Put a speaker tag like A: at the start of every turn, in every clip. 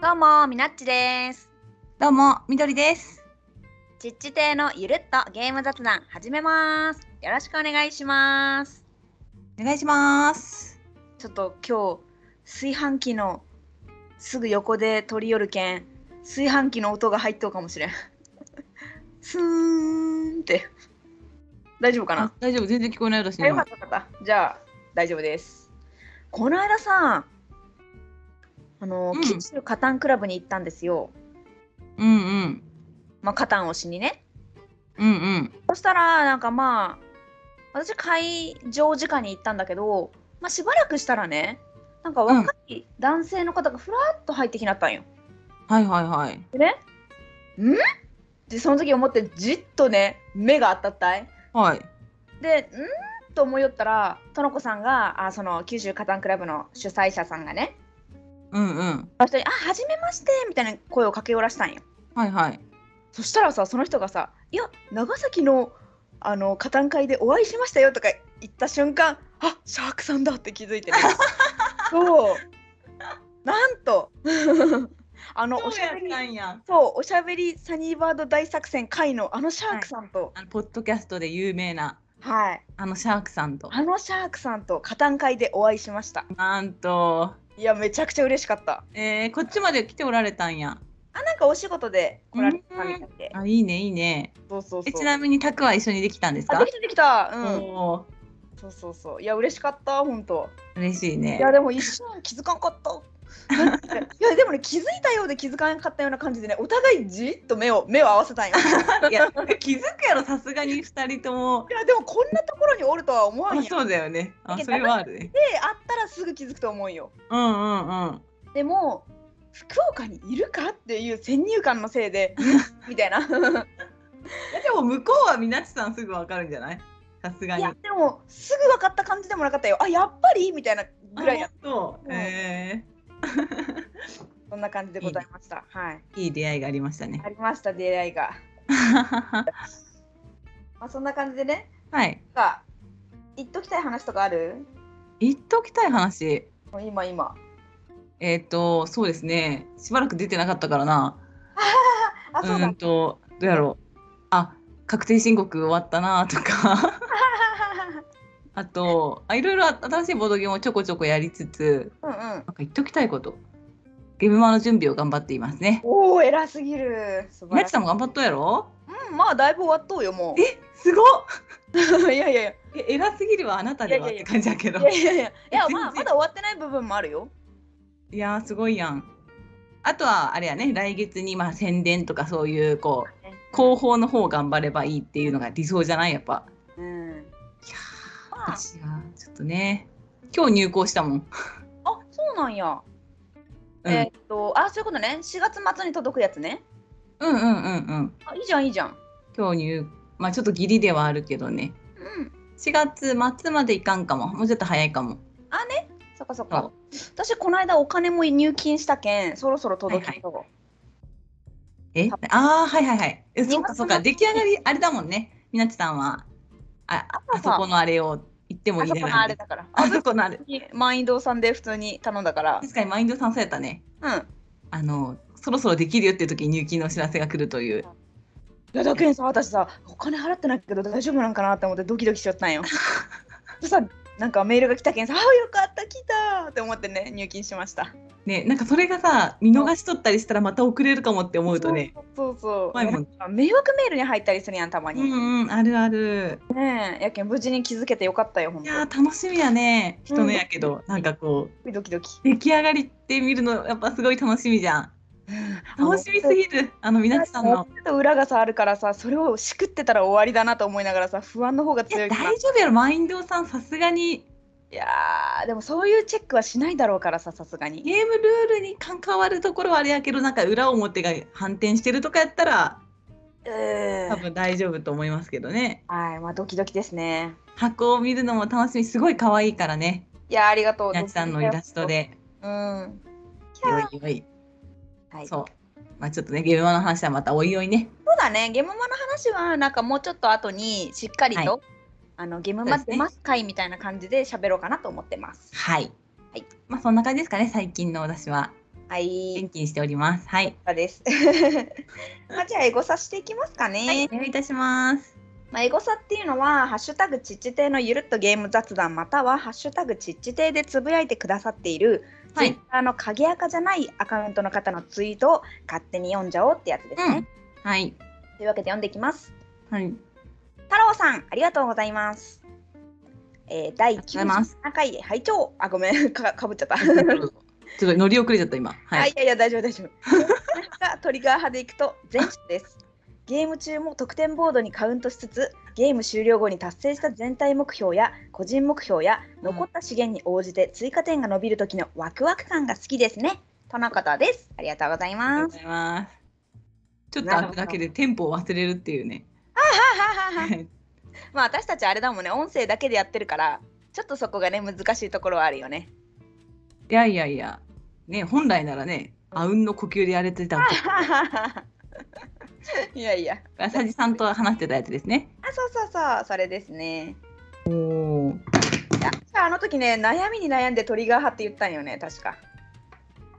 A: どうも、みなっちです。
B: どうも、みどりです。
A: ちっち亭のゆるっとゲーム雑談始めます。よろしくお願いします。
B: お願いします。
A: ちょっと今日、炊飯器のすぐ横で取り寄るけん、炊飯器の音が入っとうかもしれん。スーンって。大丈夫かな
B: あ大丈夫、全然聞こえない私
A: あよかっ
B: 今。
A: たよかった。じゃあ大丈夫です。この間さ、あの、
B: うん
A: キッチルカタンクラブに行ったんですよ。
B: うんうん。
A: まあ、カタンをしにね。
B: うんうん。
A: そしたら、なんかまあ、私、会場時間に行ったんだけど、まあ、しばらくしたらね、なんか若い男性の方がふらっと入ってきなったんよ。
B: はいはいはい。
A: でね、んってその時思って、じっとね、目が当たったい。
B: はい。
A: で、んと思いよったら、とのこさんが、あその九州カタンクラブの主催者さんがね、
B: うんうん。
A: あの人に「あはじめまして」みたいな声をかけよらしたんよ
B: はいはい。
A: そしたらさその人がさ「いや長崎のあのカタン会でお会いしましたよ」とか言った瞬間「あシャークさんだ」って気づい てねそうなん とあのおしゃべり
B: んや。
A: そうおしゃべりサニーバード大作戦会のあのシャークさんと、
B: あの、ポッドキャストで有名な、
A: はい、
B: あのシャークさんと。
A: あのシャークさんとカタン会でお会いしました
B: なんと、
A: いやめちゃくちゃ嬉しかった
B: えー、こっちまで来ておられたんや。
A: あなんかお仕事で来られたみたいで
B: あ、いいねいいね。
A: そうそう
B: え
A: そ
B: ち
A: う
B: なみに、タクは一緒にできたんです
A: あ
B: か
A: できたできたうん
B: お
A: そうそうそう。いや、嬉しかった、本当。
B: ー嬉しいね。
A: いや、でも一瞬気づかんかった。 いや、でもね、気づいたようで気づかんかったような感じでね、お互いじっと目を目を合わせたん よ。い
B: いや気づくやろ、さすがに二人とも。
A: や、でもこんなところにおるとは思わん
B: あ
A: やん。
B: そうだよね。
A: だ
B: あ
A: けど
B: それはあるね。
A: で、あったらすぐ気づくと思うよ。
B: うんうんうん。
A: でも、福岡にいるかっていう先入観のせい で、んみたいな。い
B: でも向こうはみなちさんすぐわかるんじゃないさすがに
A: や。、でも、すぐ分かった感じでもなかったよ。あ、やっぱりみたいなぐらいや
B: あ。本
A: うん
B: 当え
A: そんな感じでございました。はい。
B: ーいい出会いがありましたね
A: あ。りました、出会いが。まあ、そんな感じでね。
B: はい。
A: か言っときたい話とかある
B: 言っときたい話。
A: 今今
B: えっ、と、そうですね。しばらく出てなかったからな。
A: あそうだ、
B: ーんと、どうやろう。あ、確定申告終わったなとか。 あと、あいろいろ新しいボードゲームをちょこちょこやりつつ、
A: うんうん
B: なんか言っときたいこと。ゲームマの準備を頑張っていますね。
A: おお偉すぎる素
B: みな
A: 晴ら
B: ち
A: しい
B: さんも頑張っとうやろ
A: うんまあだいぶ終わっとうよもう
B: え、すご っ
A: いやいやいや
B: え偉すぎるわあなたでは
A: や
B: いっ
A: いや
B: て感じやけど
A: いやいやいやいや
B: 全然
A: まあまだ終わってない部分もあるよ
B: いやーすごいやんあとはあれやね来月にまあ宣伝とかそういうこう広報の方頑張ればいいっていうのが理想じゃないやっぱ
A: うん
B: いやー
A: まあ
B: 私はちょっとね今日入校したもん、
A: あそうなんや、
B: うん
A: えーっとあそういうことね4月末に届くやつね
B: うんうんうんうん
A: あいいじゃんいいじゃん
B: 今日入まあちょっとギリではあるけどね
A: うん
B: 4月末までいかんかももうちょっと早いかも
A: そっかそっか私この間お金も入金したけんそろそろ届きそう、
B: えああはいはいはいえそっか
A: 2
B: そっか出来上がりあれだもんねみなちさんはああ
A: あ
B: あ
A: そ
B: そうこのあれを言っても
A: あ
B: いい
A: そ
B: ね
A: このあれだから
B: あそこのあれ
A: 満員堂さんで普通に頼んだから
B: 確かにマインドさんそうやったね
A: うん
B: あのそろそろできるよっていう時に入金のお知らせが来るという
A: いやだけにさ私さお金払ってないけど大丈夫なんかなって思ってドキドキしちゃったん よ。そしたらなんかメールが来たけんさ「ああよかった来た!」って思ってね入金しました。
B: ねなんかそれがさ見逃しとったりしたらまた遅れるかもって思うとね
A: そうそうそう
B: 怖いもん
A: なんか迷惑メールに入ったりするやんたま
B: う
A: に。
B: んうんあるある
A: ねえやけん無事に気づけてよかったよほん
B: い
A: と
B: やー楽しみやね人のやけど、なんかこう
A: ドキドキ。
B: 出来上がりって見るのやっぱすごい楽しみじゃん
A: うん
B: 楽しみすぎるあのみなちさんの。
A: ちょっと裏がさあるからさそれをしくってたら終わりだなと思いながらさ不安の方が
B: い
A: 強
B: や
A: いから
B: 大丈夫やろマインドさんさすがに
A: いやーでもそういうチェックはしないだろうからささすがに。
B: ゲームルールに関わるところはあれやけどなんか裏表が反転してるとかやったら
A: うん
B: 多分大丈夫と思いますけどね
A: はいまあドキドキですね。
B: 箱を見るのも楽しみすごい可愛いからね
A: いやありがとう。
B: なちさんのイラスト。で
A: うん。は
B: よいよい
A: い。そ
B: そううまあちょっとねゲームマの話はまたおいおいね
A: だね。ゲムマの話はなんかもうちょっと後にしっかりと、
B: は
A: あのゲム
B: そう
A: マ
B: です
A: 出
B: ね
A: ます会みたいな感じで喋ろうかなと思ってます。
B: はい、
A: はい
B: まあそんな感じですかね最近の私は
A: はい。
B: 元気にしております。はい。
A: か です。まあ、じゃあ、エゴサしていきますかね。
B: はい、お願いいたします。
A: まあ、エゴサっていうのは、ハッシュタグちっちていのゆるっとゲーム雑談、または、ハッシュタグちっちていでつぶやいてくださっている、
B: はい
A: Twitter の鍵垢じゃないアカウントの方のツイートを勝手に読んじゃおうってやつですね。。
B: はい。
A: というわけで読んでいきます。
B: はい。
A: 太郎さん、ありがとうございます。えー、第
B: ありがとうございま
A: 97
B: す
A: 回、拝聴あ、ごめん、 かかぶっちゃった。
B: ちょっと乗り遅れちゃった今。
A: あい。やいや大丈夫 大丈夫。がトリガー派でいくと全勝です。ゲーム中も得点ボードにカウントしつつ、ゲーム終了後に達成した全体目標や個人目標や残った資源に応じて追加点が伸びる時のワクワク感が好きですね。とのことです。ありがとうござい
B: あ
A: ま
B: りがとうご
A: す。
B: ざいます。ちょっとあるだけでテンポを忘れるっていうね。
A: まあ私たちあれだもんね、音声だけでやってるから、ちょっとそこがね難しいところはあるよね。
B: いやいやいや。ね、本来ならね、あうんの呼吸でやれてたんです。
A: いやいや。
B: さじさんと話してたやつですね。
A: あ、そうそうそう、それですね。
B: お
A: いやあの時ね悩みに悩んでトリガー派って言ったんよね確か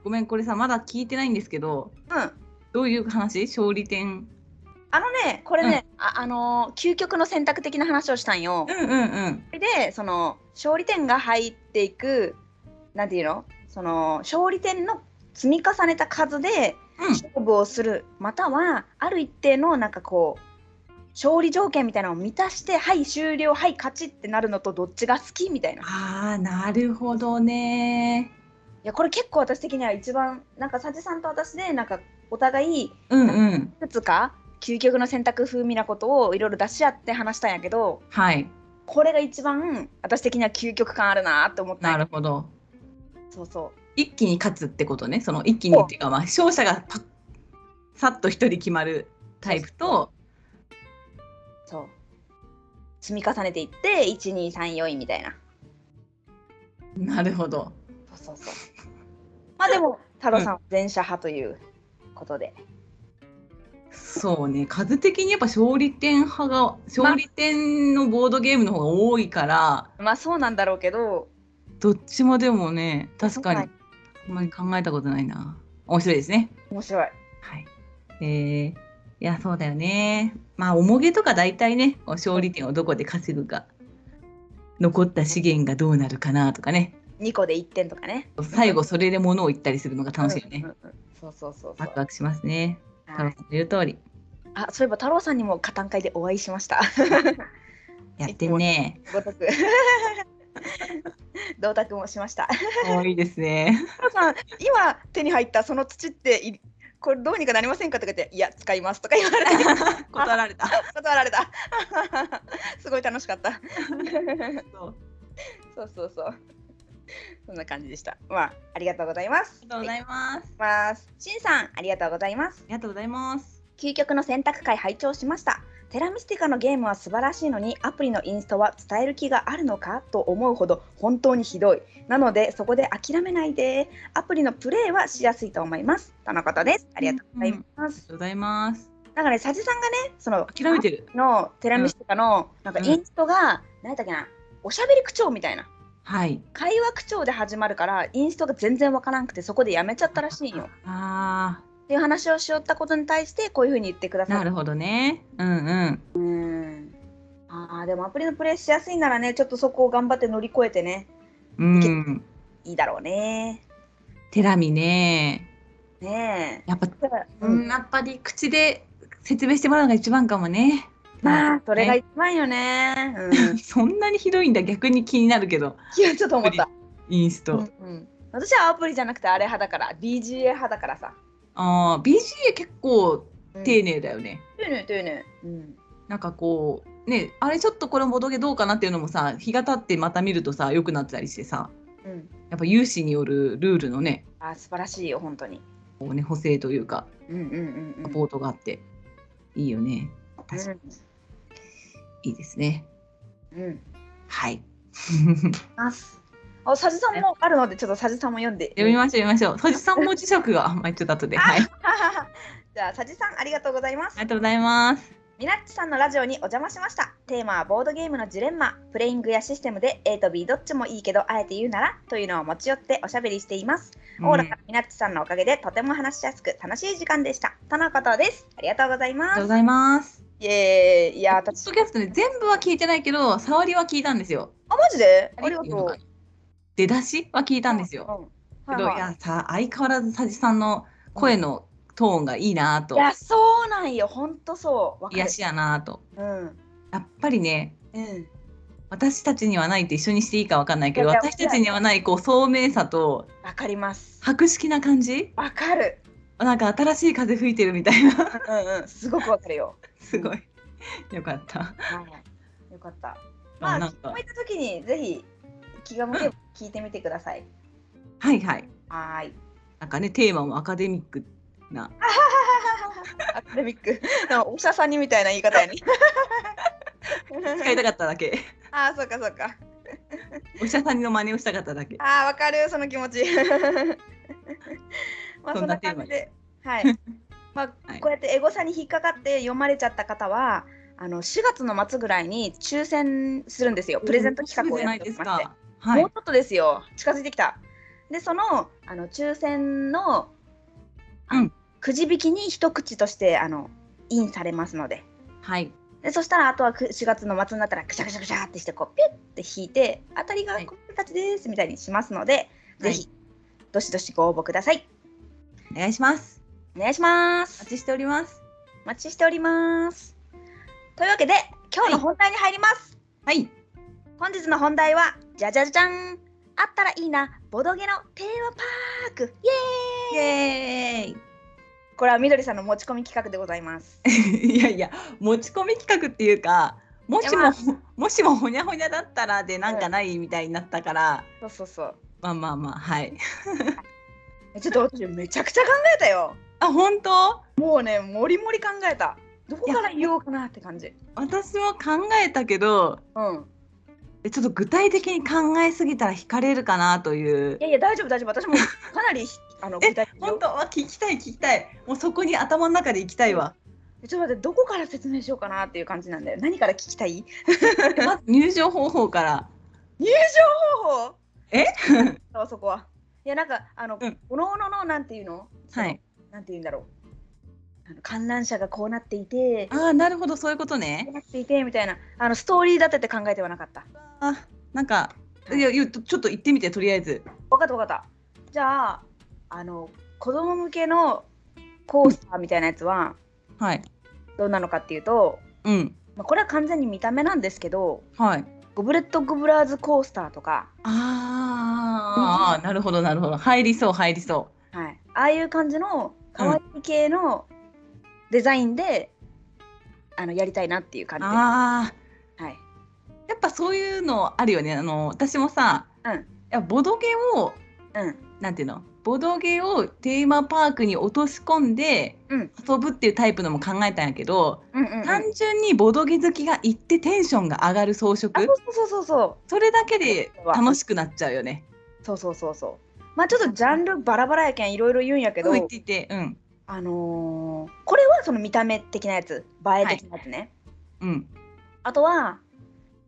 B: ごめん、これさ、まだ聞いてないんですけど、
A: うん
B: どういう話勝利点。
A: あのねこれね、ああのー究極の選択的な話をしたんよ
B: うんうんうん。
A: それでその勝利点が入っていくなんていうのその勝利点の積み重ねた数で
B: うん。
A: 勝負をする、またはある一定のなんかこう勝利条件みたいなのを満たしてはい終了はい勝ちってなるのとどっちが好きみたいない
B: ああ、なるほどね。
A: やこれ結構私的には一番なんか佐治さんと私でなんかお互い
B: うんうん。
A: いくつか究極の選択風味なことをいろいろ出し合って話したんやけど
B: はい。
A: これが一番私的には究極感あるなって思ったん
B: な
A: や
B: るほど。
A: そうそう
B: 一気に勝つってことね。その一気にっていうか、まあ、勝者がパッさっと一人決まるタイプと、
A: そう積み重ねていって1234位みたいな
B: なるほど。
A: そうそうそうまあでも太郎さんは前者派ということで、
B: そうね。数的にやっぱ勝利点派が、勝利点のボードゲームの方が多いから、
A: まあそうなんだろうけど
B: どっちもでもね、確か
A: は
B: に
A: い、
B: あんまり考えたことないな。面白いですね。
A: 面白い
B: はい。えー、いや、そうだよね。まあ、重げとか大体ね、こう勝利点をどこで稼ぐか、残った資源がどうなるかなとかね、
A: 2個で1点とかね
B: 最後それで物を言ったりするのが楽しいよ
A: うん
B: ね
A: う。んうんそうそうそうそ
B: ワク
A: う
B: ワクしますね。太
A: は
B: 郎
A: い
B: さんの言う通り。
A: あそういえば太郎さんにも加担会でお会いしました
B: やってんね。
A: ごとく 同卓もしました
B: 可愛いですね。
A: お母さん今手に入ったその土っていこれどうにかなりませんかとか言って「いや使います」とか言われて
B: 断られた。
A: 断られた すごい楽しかった
B: そう
A: そうそうそうそんな感じでしたまあありがとうございます
B: ありがとうございます。
A: ますしんさんありがとうございます
B: ありがとうございます。
A: 究極の選択会拝聴しましたテラミスティカのゲームは素晴らしいのにアプリのインストは伝える気があるのかと思うほど本当にひどいなのでそこで諦めないでアプリのプレイはしやすいと思いますとのことですありがとうございます
B: ありが、とうございます。
A: なんかね佐治さんがねその
B: 諦めてる。
A: のテラミスティカのなんか
B: うん
A: インストが、何だっけなおしゃべり口調みたいな
B: はい。
A: 会話口調で始まるからインストが全然わからなくてそこでやめちゃったらしいんよ
B: あ
A: っていう話をしよったことに対してこういうふうに言ってくだ
B: あ、
A: さっ
B: な
A: て
B: るほどね。うん
A: う
B: うん。
A: んああでもアプリのプレイしやすいならねちょっとそこを頑張って乗り越えてね
B: うん。
A: いいだろうね
B: テラミね。
A: ね
B: やっぱ、
A: え、
B: うん、やっぱり口で説明してもらうのが一番かもね。
A: まあそれが
B: ね
A: 一番よね、うん、
B: そんなにひどいんだ逆に気になるけど
A: いやちょっと思った、
B: イン
A: う
B: スト、
A: んうん私はアプリじゃなくてあれ派だから BGA 派だからさ、
B: ああ BGA 結構
A: うん、
B: 丁寧だよね、
A: 丁寧丁寧うん
B: なんかこうねあれちょっとこれボドゲどうかなっていうのもさ日が経ってまた見るとさ良くなってたりしてさ
A: うん
B: やっぱ有志によるルールのね
A: あー素晴らしいよ本当に
B: こうね補正というか
A: うんうんうんう
B: サ
A: ん
B: ポートがあっていいよね確かにいいですね
A: うんうん
B: はい
A: ますあ佐治さんもあるのでちょっと佐治さんも読んで
B: 読 みましょう読みましょうそじさんも磁石があまあちょっと後ではいあ
A: じゃあ佐治さんありがとうございます
B: りがとうございます
A: ミナッチさんのラジオにお邪魔しました。テーマはボードゲームのジレンマ。プレイングやシステムで A と B どっちもいいけど、あえて言うならというのを持ち寄っておしゃべりしています。オーラ
B: うん
A: かミナッチさんのおかげでとても話しやすく楽しい時間でした。とのことです。ありがとうござい
B: ありが
A: ま
B: とうご
A: す。
B: ざいます。
A: イエーイ。いやー、
B: ポッ
A: 私、
B: ドキャストね、全部は聞いてないけど、沙織は聞いたんですよ。
A: あ、マジでありがとう。
B: 出だしは聞いたんですよ。
A: うん。はい
B: けど、
A: はい
B: いや、さ、相変わらず佐治さんの声のトーンがいいなと
A: い、や、そうなんよ。ほんとそう。わかる
B: 癒しやなと。
A: うん。
B: やっぱりね、
A: うん。
B: 私たちにはないって一緒にしていいかわかんないけど、
A: いやいや
B: 私たちにはないこう聡明さと
A: わかります。
B: 博識な感じ、
A: わかる。
B: なんか新しい風吹いてるみたいな、
A: うんうん。すごくわかるよ。
B: すごい。よかった。
A: はい。よかった。まあ、
B: なん
A: 聞
B: か
A: こえた時にぜひ気が向けば聞いてみてください。
B: はいはい。
A: はーい。
B: なんかね、テーマもアカデミックな。
A: アカデミック。なんかお医者さんにみたいな言い方やね。
B: 使いたかっただけ。
A: ああ、そうかそうか。
B: お医者さんの真似をしたかっただけ。
A: ああ、わかる、その気持ち。 まあ、
B: そ
A: そん
B: んな
A: な
B: テー
A: 感
B: マ
A: じで。 はい。まあ、
B: はい
A: こうやってエゴサに引っかかって読まれちゃった方は、あの4月の末ぐらいに抽選するんですよ。プレゼント企画を
B: じゃ
A: やっ
B: ない
A: て
B: です
A: おりまして。
B: か。はい
A: もう。ちょっとですよ近づいてきたでそのあの抽選の、あ
B: うん
A: くじ引きに一口としてあのインされますので
B: はい。
A: でそしたらあとはく4月の末になったらくしゃくしゃくしゃってしてこうピュッて引いて当たりが
B: はい
A: こういう形ですみたいにしますので、ぜひどしどしご応募ください
B: お願いします。
A: お願いしま
B: お
A: す
B: 待ちしております。
A: お待ちしておりますというわけで今日の本題に入ります、
B: はい。
A: 本日の本題はじゃじゃじゃんあったらいいなボドゲのテーマパークイエーイ
B: イエ
A: これはみどりさんの持ち込み企画でござい ます。
B: ーイ。いや いや、持ち込み企画っていうか、もし
A: いや
B: も、もしもほにゃほにゃだったらでなんかないみたいになったから、
A: そうそうそう。
B: まあまあまあ、はい。
A: えちょっと私めちゃくちゃ考えたよ。
B: あ、本当
A: もうね、もりもり考えた。どこから言おうかなって感じ。
B: 私も考えたけど、
A: うん。
B: えちょっと具体的に考えすぎたら惹かれるかなという
A: いや。いや大丈夫大丈夫。 私もかなりあの
B: え
A: 具体的
B: 本
A: よ
B: 当は聞きたい聞きたい。もうそこに頭の中で行きたいわ。
A: ちょっと待ってどこから説明しようかなっていう感じなんだよ。何から聞きたい？
B: えまず入場方法から。
A: 入場方法。
B: え？
A: だ わそこは。いやなんかあの、
B: うん
A: おのおののなんていうの？
B: はい。
A: なんていうんだろう。あの観覧車がこうなっていて、
B: ああなるほどそういうこと
A: こう
B: ね。
A: なっていてみたいなあのストーリー立てて考えてはなかった。
B: あなんかいやいやちょっと行ってみてとりあえず。
A: わかったわかった。じゃあ、あの、子供向けのコースターみたいなやつは、
B: はい。
A: どうなのかっていうと、
B: うん
A: まあ、これは完全に見た目なんですけど、
B: はい。
A: ゴブレット・グブラーズコースターとか、
B: あーあーなるほどなるほど入りそう入りそ
A: はい、ああいう感じの可愛い系のデザインで、あのやりたいなっていう感
B: う。
A: じで
B: ああ
A: す。はい、
B: やっぱそういうのあるよね。あの私もさ、
A: うん
B: いやボドゲを
A: うん、
B: なんていうのボドゲをテーマパークに落とし込んで
A: うん
B: 遊ぶっていうタイプのも考えたんやけど、
A: うんうんうん、あ
B: 単純にボドゲ好きが行ってテンションが上がる装
A: そ
B: 飾
A: うそうそうそ
B: それだけで楽しくなっちゃうよね。
A: うそうそうそうそうまあちょっとジャンルバラバラやけんいろいろ言うんやけ
B: け
A: ど、
B: ど行っていてうん
A: あのーこれはその見た目的なやつ映え的なやつね、
B: うん
A: あとは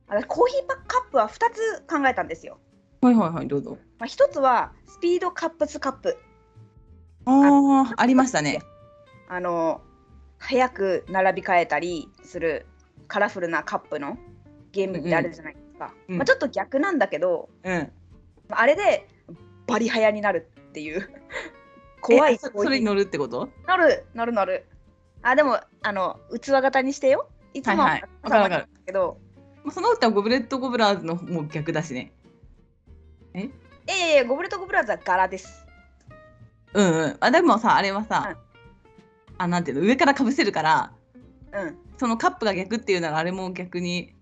A: あコーヒーパカップは2つ考えたんですよ、
B: はいはいはいどうぞ。
A: まあ、1つはスピードカップスカップ
B: ああありましたね。
A: あの早く並び替えたりするカラフルなカップのゲームってあるじゃないですか、
B: うん
A: まあ、ちょっと逆なんだけど、
B: うん
A: まああれでバリ早になるっていう 怖
B: え
A: い
B: そ
A: コーヒー
B: それに乗るってこと？
A: なるなるなるあでもあの器型にしてよいつも
B: はいはいわかるわかる
A: けど
B: まあその歌はゴブレットゴブラーズのもう逆だしね。
A: いやいやいやゴブレット・ゴブラーズは柄です
B: うんうんあでもさあれはさ、
A: うん
B: あなんていうの上からかぶせるから
A: うん
B: そのカップが逆っていうならあれも逆に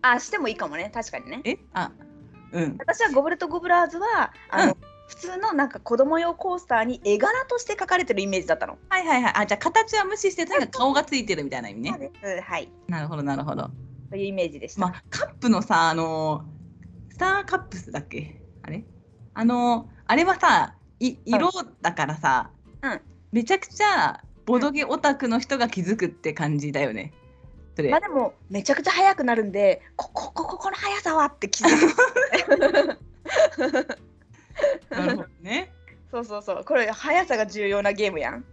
A: あしてもいいかもね確かにね
B: えあうん
A: 私はゴブレット・ゴブラーズはあの、普通のなんか子供用コースターに絵柄として描かれてるイメージだったの。
B: はいはいはいあじゃあ形は無視してとにかく顔がついてるみたいな意味
A: そう
B: ね。
A: ですはい、
B: なるほどなるほど。
A: というイメージでした。
B: まあ、カップのさあのースターカップスだっけあれあのーあれはさい色だからさ、
A: うん
B: めちゃくちゃボドゲオタクの人が気づくって感じだよね。それ
A: まあでもめちゃくちゃ速くなるんでこここここの速さはって気づ く
B: なるほどね
A: そうそうそうこれ速さが重要なゲームやん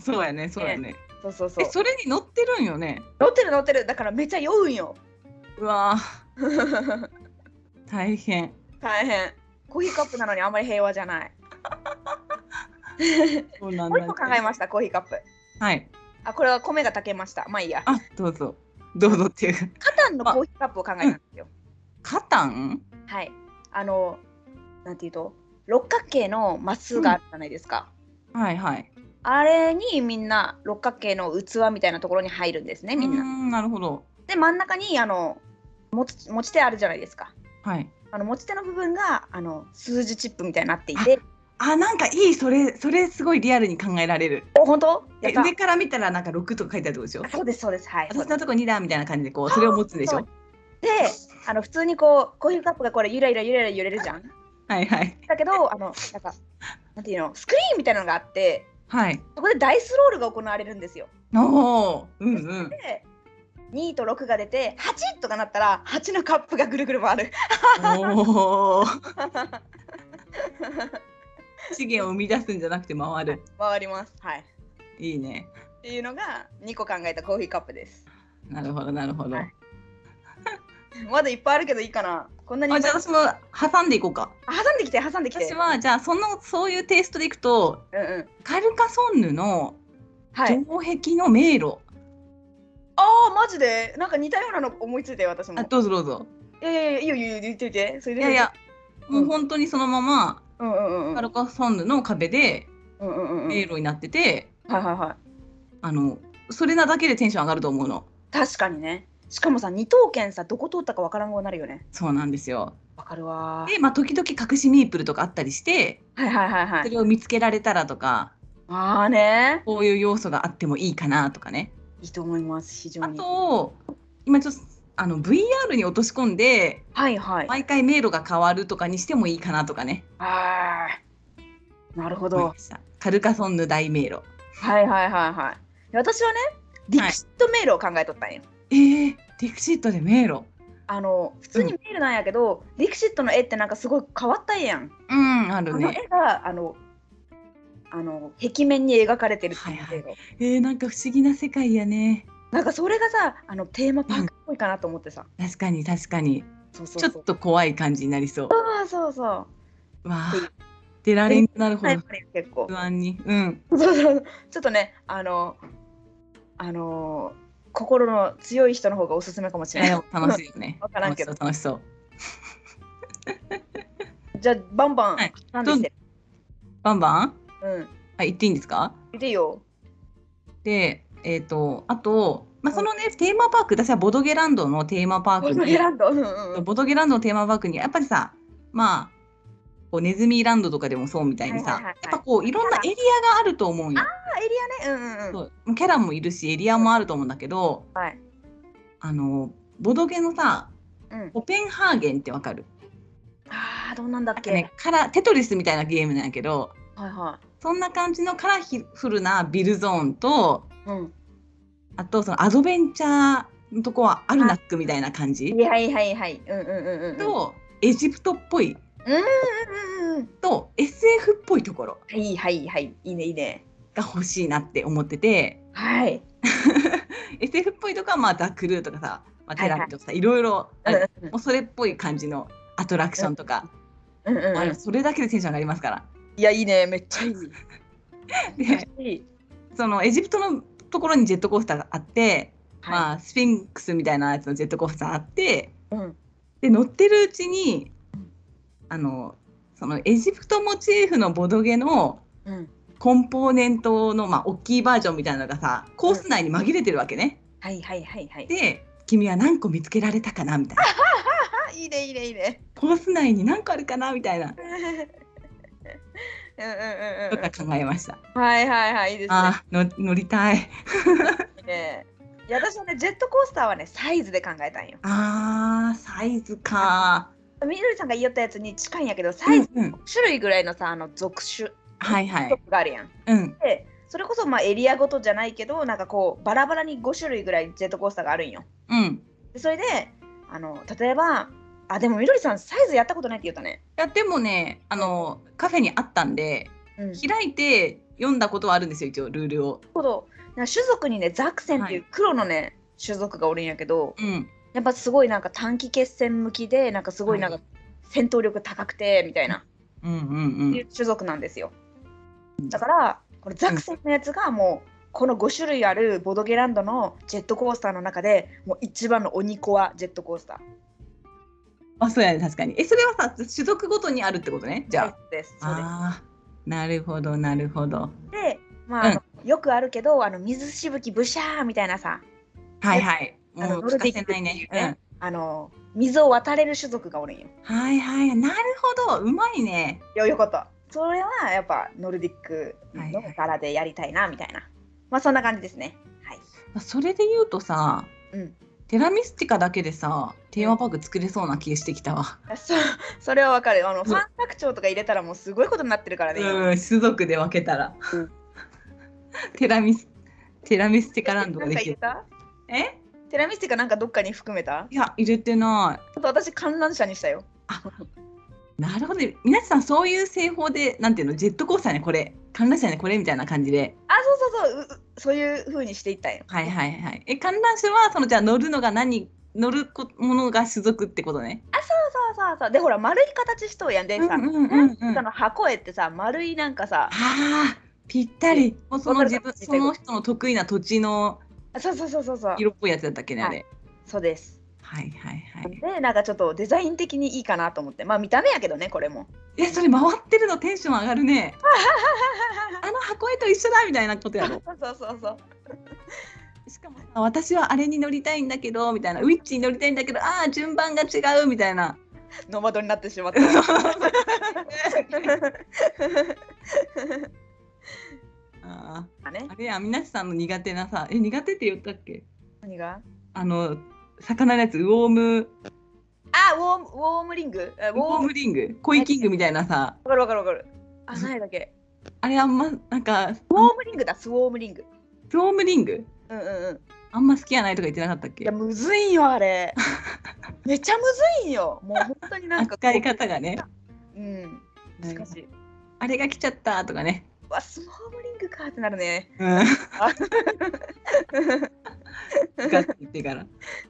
B: そうやねそうやね
A: そうそうそ
B: え
A: う
B: それに乗ってるんよね
A: 乗ってる乗ってるだからめっちゃ酔うんよ
B: うわー 大変
A: 大変コーヒーカップなのにあんまり平和じゃない
B: そうなん
A: もう一個考えましたコーヒーカップ
B: はい
A: あこれは米が炊けましたまあいいや
B: あどうぞどうぞっていう
A: カタンのコーヒーカップを考えたんですよ、
B: カタン
A: はいあのなんていうと六角形のマスがあるじゃないですか、
B: はいはい
A: あれにみんな六角形の器みたいなところに入るんですねみんな、
B: うーんなるほど
A: で真ん中にあの持ち持ち手あるじゃないですか
B: はい
A: あの持ち手の部分があの数字チップみたいになっていて
B: あなんかいいそれそれすごいリアルに考えられる
A: お本当や
B: え
A: った
B: 上から見たらなんか6とか書いてあるとこでしょ
A: あそうですそうですはいそう
B: 私
A: で
B: の
A: す
B: とこ2だみたいな感じでこうそれを持つんでし
A: そ
B: ょ
A: うであの普通にこうコーヒーカップがこれゆらゆらゆらゆら揺れるじゃん
B: はいはい
A: だけどあのなんかなんていうのスクリーンみたいなのがあって
B: はい
A: そこでダイスロールが行われるんですよ
B: おーうんうん
A: で2と6が出て8とかなったら8のカップがぐるぐる回る
B: おー資源を生み出すんじゃなくて回る
A: 回りますはい
B: いいね
A: っていうのが2個考えたコーヒーカップです
B: なるほどなるほど、
A: はいまだいっぱいあるけどいいかなこんなに
B: あじゃあ私も挟んでいこうか
A: あ挟んできて挟んできて
B: 私はじゃあそのそういうテイストでいくと
A: うんうん
B: カルカソンヌの
A: はい
B: 城壁の迷路、
A: あーマジでなんか似たようなの思いついたよ私も
B: あどうぞどうぞ
A: いやいやいやいいよいいよ言ってみてそれ
B: い
A: で
B: やいやもううん本当にそのまま、
A: うんうんうんうん
B: カルカソンヌの壁で
A: うんうんうんうん
B: 迷路になってて、
A: はいはいはい
B: あのそれなだけでテンション上がると思うの
A: 確かにねしかもさ二等券さどこ通ったかわからんようになるよね
B: そうなんですよ
A: わかるわー
B: でまあ時々隠しミープルとかあったりして
A: はいはいはいは
B: そ
A: い
B: れを見つけられたらとか
A: ああね
B: こういう要素があってもいいかなとかね
A: いいと思います非常
B: あ
A: に
B: と今ちょっとあの VR に落とし込んで
A: はいはい
B: 毎回迷路が変わるとかにしてもいいかなとかね
A: あーなるほど、
B: 思いましたカルカソンヌ大迷路
A: はいはいはいはい私はねディクシットメールを考えとったんよ、
B: えー、ディクシットで迷路
A: あの普通にメールなんやけど、ディクシットの絵ってなんかすごい変わった絵やん、
B: うんあ
A: あ
B: る
A: の
B: ね
A: 絵があのあの壁面に描かれてるっていう程度、
B: はいえー、なんか不思議な世界やね
A: なんかそれがさあのテーマパークっぽいかなと思ってさ、
B: 確かに確かに
A: そうそう
B: ち
A: そ
B: ょ
A: う
B: っと怖い感じになりそう
A: そうそうそう
B: わあ
A: うん
B: 出られんくなるほ
A: タイ
B: ど
A: プね結構
B: 不安にうん
A: そうそうちょっとねあのあの心の強い人の方がおすすめかもしれない
B: えー楽しいよね
A: わからんけど
B: 楽しそう楽し
A: じゃあバンバン、
B: はい
A: なんでして
B: そうバンバン
A: うん
B: あ言っていいんですか
A: 見てよ
B: で、えー、とあと、まあ、そのね、テーマパーク私はボドゲランドのテーマパー
A: ボ
B: ク
A: トゲラ
B: に
A: ンドうんうんうん
B: ボドゲランドのテーマパークにやっぱりさまあこうネズミランドとかでもそうみたいに
A: は
B: さ、
A: いはいはいはい
B: やっぱこういろんなエリアがあると思うんよ。
A: あエリアねうんうん
B: そ
A: うん
B: うキャラもいるしエリアもあると思うんだけど、
A: はい
B: あのボドゲのさ
A: うん
B: コペンハーゲンってわかる
A: あーどうなんだっ
B: なん
A: け、
B: か、ね、カラテトリスみたいなゲームなんやけど
A: はいは
B: そんな感じのカラフルなビルゾーンと
A: いうん
B: あとそのアドベンチャーのとこはアルナックみたいな感じ
A: いやはいはいはいうんうんうんうんうん
B: とエジプトっぽい
A: うんうん
B: と SF っぽいところ
A: はいはいはいいいねいいね
B: が欲しいなって思ってて
A: はい、
B: SF っぽいとこはまあザ・クルーとかさ、まあ、
A: は
B: テ
A: いは
B: ラ
A: い
B: ビとかさ、いろいろあ
A: うん
B: るもうそれっぽい感じのアトラクションとか、
A: うんうん
B: あ
A: う
B: れ
A: ん
B: それだけでテンション上がりますから。
A: いやいいねめっちゃいい
B: で
A: いい
B: そのエジプトのところにジェットコースターがあって、ま
A: は
B: あ、スフィンクスみたいなやつのジェットコースターあって
A: い、うん
B: で乗ってるうちにあのそのエジプトモチーフのボドゲの
A: うん
B: コンポーネントの、まあ、大きいバージョンみたいなのがさコース内に紛れてるわけね。
A: はいはいはいはい
B: で君は何個見つけられたかなみたいな
A: あいいねいいねいいね
B: コース内に何個あるかなみたいな
A: うんうんうん
B: とか考えました。
A: うんはいはいはいいいですね
B: あーの乗りたい。
A: ねいや私はねジェットコースターはねサイズで考えたんよ
B: あーサイズか。
A: みどりさんが言いよったやつに近いんやけどサイズ
B: うんうん、
A: 種類ぐらいのさあの属種
B: はいは
A: トッ
B: い。
A: プがあるやん、
B: うん
A: でそれこそまあエリアごとじゃないけどなんかこうバラバラに5種類ぐらいジェットコースターがあるんよ。
B: うん。
A: でそれであの例えばあでもみどりさんサイズやったことないって言ったね。
B: いやでもねあのカフェにあったんで
A: うん、
B: 開いて読んだことはあるんですよ一応ルールを。
A: なんか種族にねザクセンっていう黒のね、種族がおるんやけど
B: うん。
A: やっぱすごいなんか短期決戦向きでなんかすごいなん
B: は
A: か戦闘力高くてみたいな、
B: うんうん
A: いう種族なんですよ。だからこれザクセンのやつがもうこの5種類あるボドゲランドのジェットコースターの中でもう一番の鬼コアジェットコースター
B: あそうやね確かに。えそれはさ種族ごとにあるってことねじゃあ。
A: です。そうです
B: ああーなるほどなるほど。
A: で、まああのよくあるけどあの水しぶきブシャーみたいなさ
B: はいはい。
A: あの
B: もう聞かせないね。
A: ノルディックっていうねあの水を渡れる種族がおるんよ。
B: うん。はいはいなるほどうまいね。
A: よよかった。それはやっぱノルディックの
B: はいはい
A: 柄でやりたいなみたいな。まあそんな感じですね。はい。
B: それで言うとさ
A: うん。
B: テラミスティカだけでさテーマパーク作れそうな気がしてきたわ。
A: そ それはわかる。あの
B: ん
A: ファン拡張とか入れたらもうすごいことになってるからね。今
B: うん種族で分けたら
A: うん。
B: テラミステラミスティカランド
A: なん
B: がで
A: か
B: き
A: 入れ
B: る。
A: た
B: え
A: テラミスティカなんかどっかに含めた
B: いや入れてない。
A: ちょっと私観覧車にしたよ。
B: なるほど、ね、皆さんそういう製法でなんていうのジェットコースターねこれ観覧車ねこれみたいな感じで
A: あ、そうそうそうう。そういう風にしていったんよ。
B: はいはいはいえ観覧車はそのじゃあ乗るのが何乗るこものが種族ってことね
A: そうそうそう。で、ほら、丸い形しとうやんでさ。
B: うんうんうんうん
A: その箱絵ってさ、丸いなんかさ、
B: あーぴったりもうその自分
A: わかる
B: その人の得意な土地の
A: あそうそうそうそうそう。
B: 色っぽいやつだったっけねあれ
A: そうです。
B: はいはいはい
A: で、なんかちょっとデザイン的にいいかなと思って。まあ見た目やけどね、これも。
B: えそれ回ってるのテンション上がる ねあの箱絵と一緒だみたいなことやろ
A: そうそうそうそう。
B: しかもさ私はあれに乗りたいんだけどみたいなウィッチに乗りたいんだけどああ順番が違うみたいな
A: ノマドになってしまった。
B: あー
A: あね
B: あ、れや、みなしさんの苦手なさ、え、苦手って言ったっけ
A: 何が
B: あの、魚のやつ、ウォーム、
A: あ、ウォーム、ウォームリングえウ
B: ウォームリング、コイキングみたいなさ、
A: わかるわかるわかる。あ、ないだっけ。
B: あれあんま、なんか、ウォ
A: ウォームリングだ、スウォームリング。
B: ームリング、
A: うんうんうん。
B: あんま好きやないとか言ってなかったっ
A: い
B: け
A: や、むずいんよ、あ れ。めちゃむずいんよ。もう本当になんか。
B: 扱い方がね。
A: うん。難しい。
B: あれが来ちゃったとかね。
A: うわ、スウォームリングかってなるね。
B: うん。ガッて言ってから。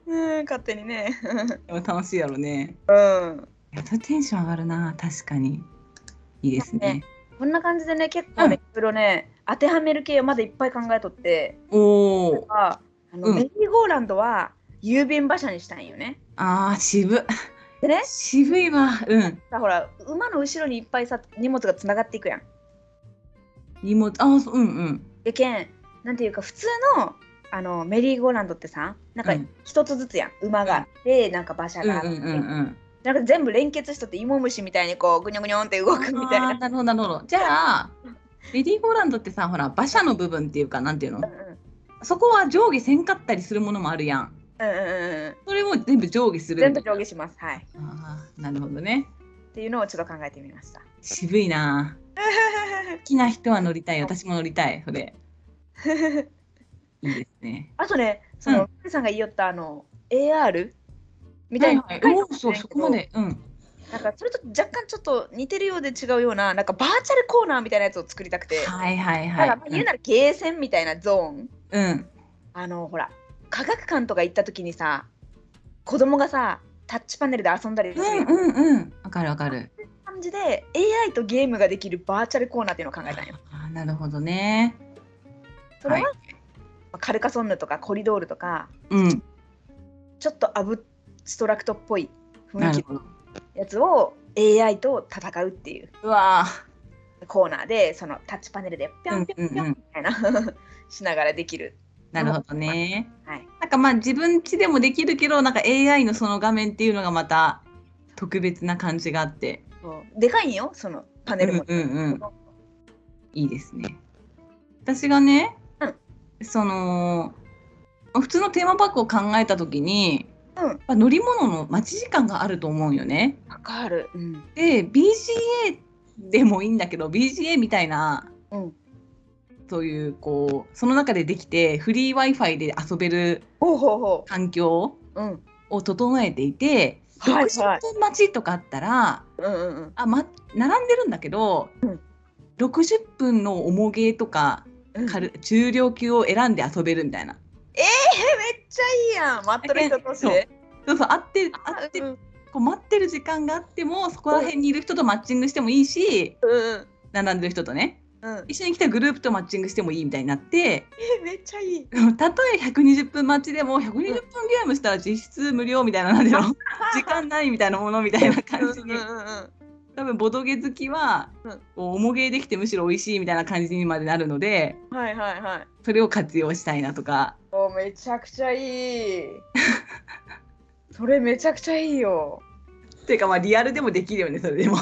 A: うん、勝手に ね。
B: でも楽しいやろね。
A: うん。
B: いや、それテンション上がるな、確かに。いいですね。
A: こんな感じでね、結構ね、いろいろね、当てはめる系をまだいっぱい考えとって。
B: おお。
A: あの、
B: うん
A: メリーゴーランドは郵便馬車にしたんよね。
B: ああ、渋。
A: でね
B: 渋いわ。うん。
A: さほら馬の後ろにいっぱいさ荷物がつながっていくやん。
B: 荷物、ああ、そううんうん。
A: でけんなんていうか普通のあのメリーゴーランドってさなんか
B: うん
A: 一つずつやん、馬があってなんか馬車
B: うん
A: があって、
B: うんうんうん。
A: なんか全部連結しとって芋虫みたいにこうぐにょぐにょんって動くみたい
B: あー
A: な。
B: るほどなるほど。じゃあメリーゴーランドってさほら馬車の部分っていうかなんていうの
A: うんうん
B: そこは上下せんかったりするものもあるやん。
A: うんうんうんうん
B: それを全部上下する
A: 全
B: んだ
A: 部上下します。はい。
B: あーなるほどね。
A: っていうのをちょっと考えてみました。
B: 渋いな。好きな人は乗りたい私も乗りたい それいいですね。
A: あとね、そうの、うさんが言いよったあの AR みたいな、
B: はい
A: 高
B: はいい、
A: の
B: お
A: か
B: ー
A: もしれけど
B: そうんそこまでうん。
A: なんかそれと若干ちょっと似てるようで違うようななんかバーチャルコーナーみたいなやつを作りたくて、
B: はいはい
A: だ
B: は
A: か
B: い
A: ら。まあ言うならゲーセンみたいなゾーン
B: うんうん
A: あのほら科学館とか行った時にさ子供がさタッチパネルで遊んだりする
B: うんうんわかるわかる。
A: 感じで AI とゲームができるバーチャルコーナーっていうのを考えたんよ。
B: あーなるほどね。
A: それは、
B: はい
A: カルカソンヌとかコリドールとか
B: うん
A: ちょっとアブストラクトっぽい雰
B: な
A: 囲
B: る
A: 気
B: ほど。
A: のやつを AI と戦うっていう
B: うわー
A: コーナーでそのタッチパネルでピョンピョンピョンみたいな しながらできる。
B: なるほどね。
A: はい
B: なんかまあ自分家でもできるけどなんか AI のその画面っていうのがまた特別な感じがあって、
A: そうでかいんよそのパ
B: う
A: ネ
B: ん
A: ルも。
B: うんうん、いいですね。私が
A: う
B: ね、
A: ん
B: その普通のテーマパークを考えた時に
A: うん、
B: やっぱ乗り物の待ち時間があると思うんよね。
A: わかる。うん。
B: で BGA でもいいんだけど BGA みたいな
A: うん
B: そういうこうその中でできてフリー Wi-Fi で遊べる
A: ほうほうほ
B: 環境
A: う。うん。
B: を整えていて
A: はい
B: 60
A: はい
B: 分待ちとかあったら、
A: うんうんうん。
B: あ、ま、並んでるんだけど、60分の重げとか
A: うん
B: 軽重量級を選んで遊べるみたいな。
A: えめっちゃいいやん。待っとる人とし
B: そう
A: て。
B: そうそうあって
A: あ
B: あって
A: う
B: こ
A: ん
B: う待ってる時間があってもそこら辺にいる人とマッチングしてもいいし
A: うん
B: 並んでる人とね
A: うん。
B: 一緒に来たグループとマッチングしてもいいみたいになって
A: えめっちゃいい。
B: たとえ120分待ちでも120分ゲームしたら実質無料みたいななんていうの時間ないみたいなものみたいな感じ
A: うんう
B: で
A: んうん
B: 多分ボドゲ好きは
A: うん
B: こう重げできてむしろ美味しいみたいな感じにまでなるので
A: うん。はいはいはい。
B: それを活用したいなとか
A: おめちゃくちゃ いい。それめちゃくちゃいいよ。
B: っていうかまあリアルでもできるよねそれでも。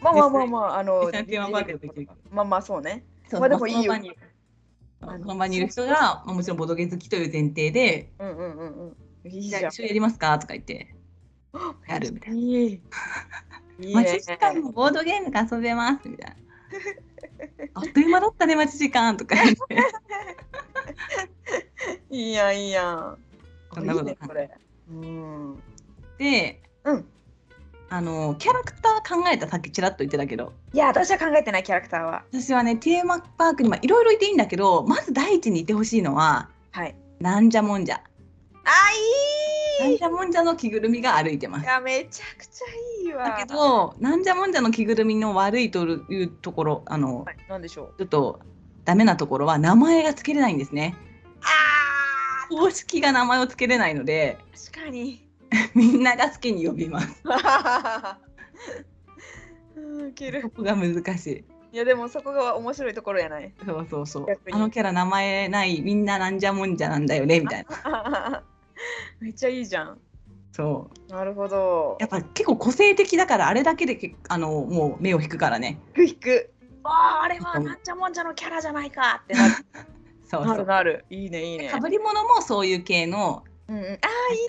A: まあまあまあまああの。
B: 実際にはまあでもできる
A: まあまあそうね。
B: そう
A: まあでもいいよ
B: その場にそうその場にいる人が、まあ、もちろんボドゲ好きという前提で
A: うんうんうんうん。いい
B: 「
A: じ
B: じゃ
A: ゃ
B: あ
A: ん。
B: 一緒にやりますか?」とか言ってやるみたいな。
A: いい。いいね
B: 待ち時間もボードゲームが遊べますみた いな。あっという間だったね待ち時間とか言って
A: いいやんいいやん。
B: そんなこと
A: い
B: 考え
A: いねこれ。うん。
B: で
A: うん。
B: あのキャラクター考えたさっきちらっと言ってたけど
A: いや私は考えてないキャラクターは。
B: 私はねテーマパークにまあいろいろいていいんだけどまず第一にいてほしいのは
A: はい。
B: なんじゃもんじゃ。
A: あ
B: ないん
A: い。い
B: じゃもんじゃの着ぐるみが歩いてます。
A: やめちゃくちゃいいわ。
B: だけど、なんじゃもんじゃの着ぐるみの悪いというところ、あの、
A: はい、なんでしょう。
B: ちょっとダメなところは名前がつけれないんですね。
A: あ
B: 公式が名前をつけれないので、
A: ー確かに。
B: みんなが好きに呼びます。
A: うん、ウケ
B: そ
A: る。
B: こが難しい。
A: いやでもそこが面白いところやない。
B: そうそうそう
A: 逆。に
B: あのキャラ名前ない、みんななんじゃもんじゃなんだよねみたいな。
A: めっちゃいいじゃん。
B: そう。
A: なるほど。
B: やっぱ結構個性的だから、あれだけでけ、あの、もう目を引くからね。
A: く引く。ああ、あれはなんちゃもんじゃのキャラじゃないかってな る。
B: そう
A: な
B: そ
A: る
B: う。
A: なる。いいねいいね
B: か。ぶり物もそういう系の、
A: うんうん、あ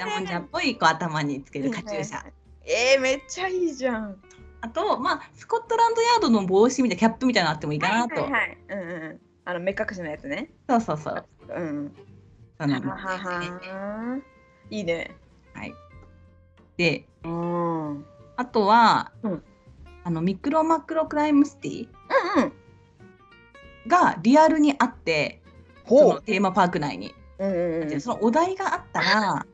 B: な
A: あいい
B: んじゃもんじゃっ
A: ね。
B: ぽいこう頭につけるカチューシャ。
A: えー、めっちゃいいじゃん。
B: あと、まあ、スコットランドヤードの帽子みたいなキャップみたいなのあってもいいかなと。
A: はいはいはい、うんうんうん。あの目隠しのやつね。
B: そうそうそう。
A: うん。
B: その
A: はははいいね。
B: はい。で、
A: うん。うん
B: あとは、
A: うん
B: あのミクロマクロクライムシティ
A: うん。
B: がリアルにあって、その
A: ほ
B: テーマパーク内に。
A: う。うんうんうん。
B: そのお題があったら、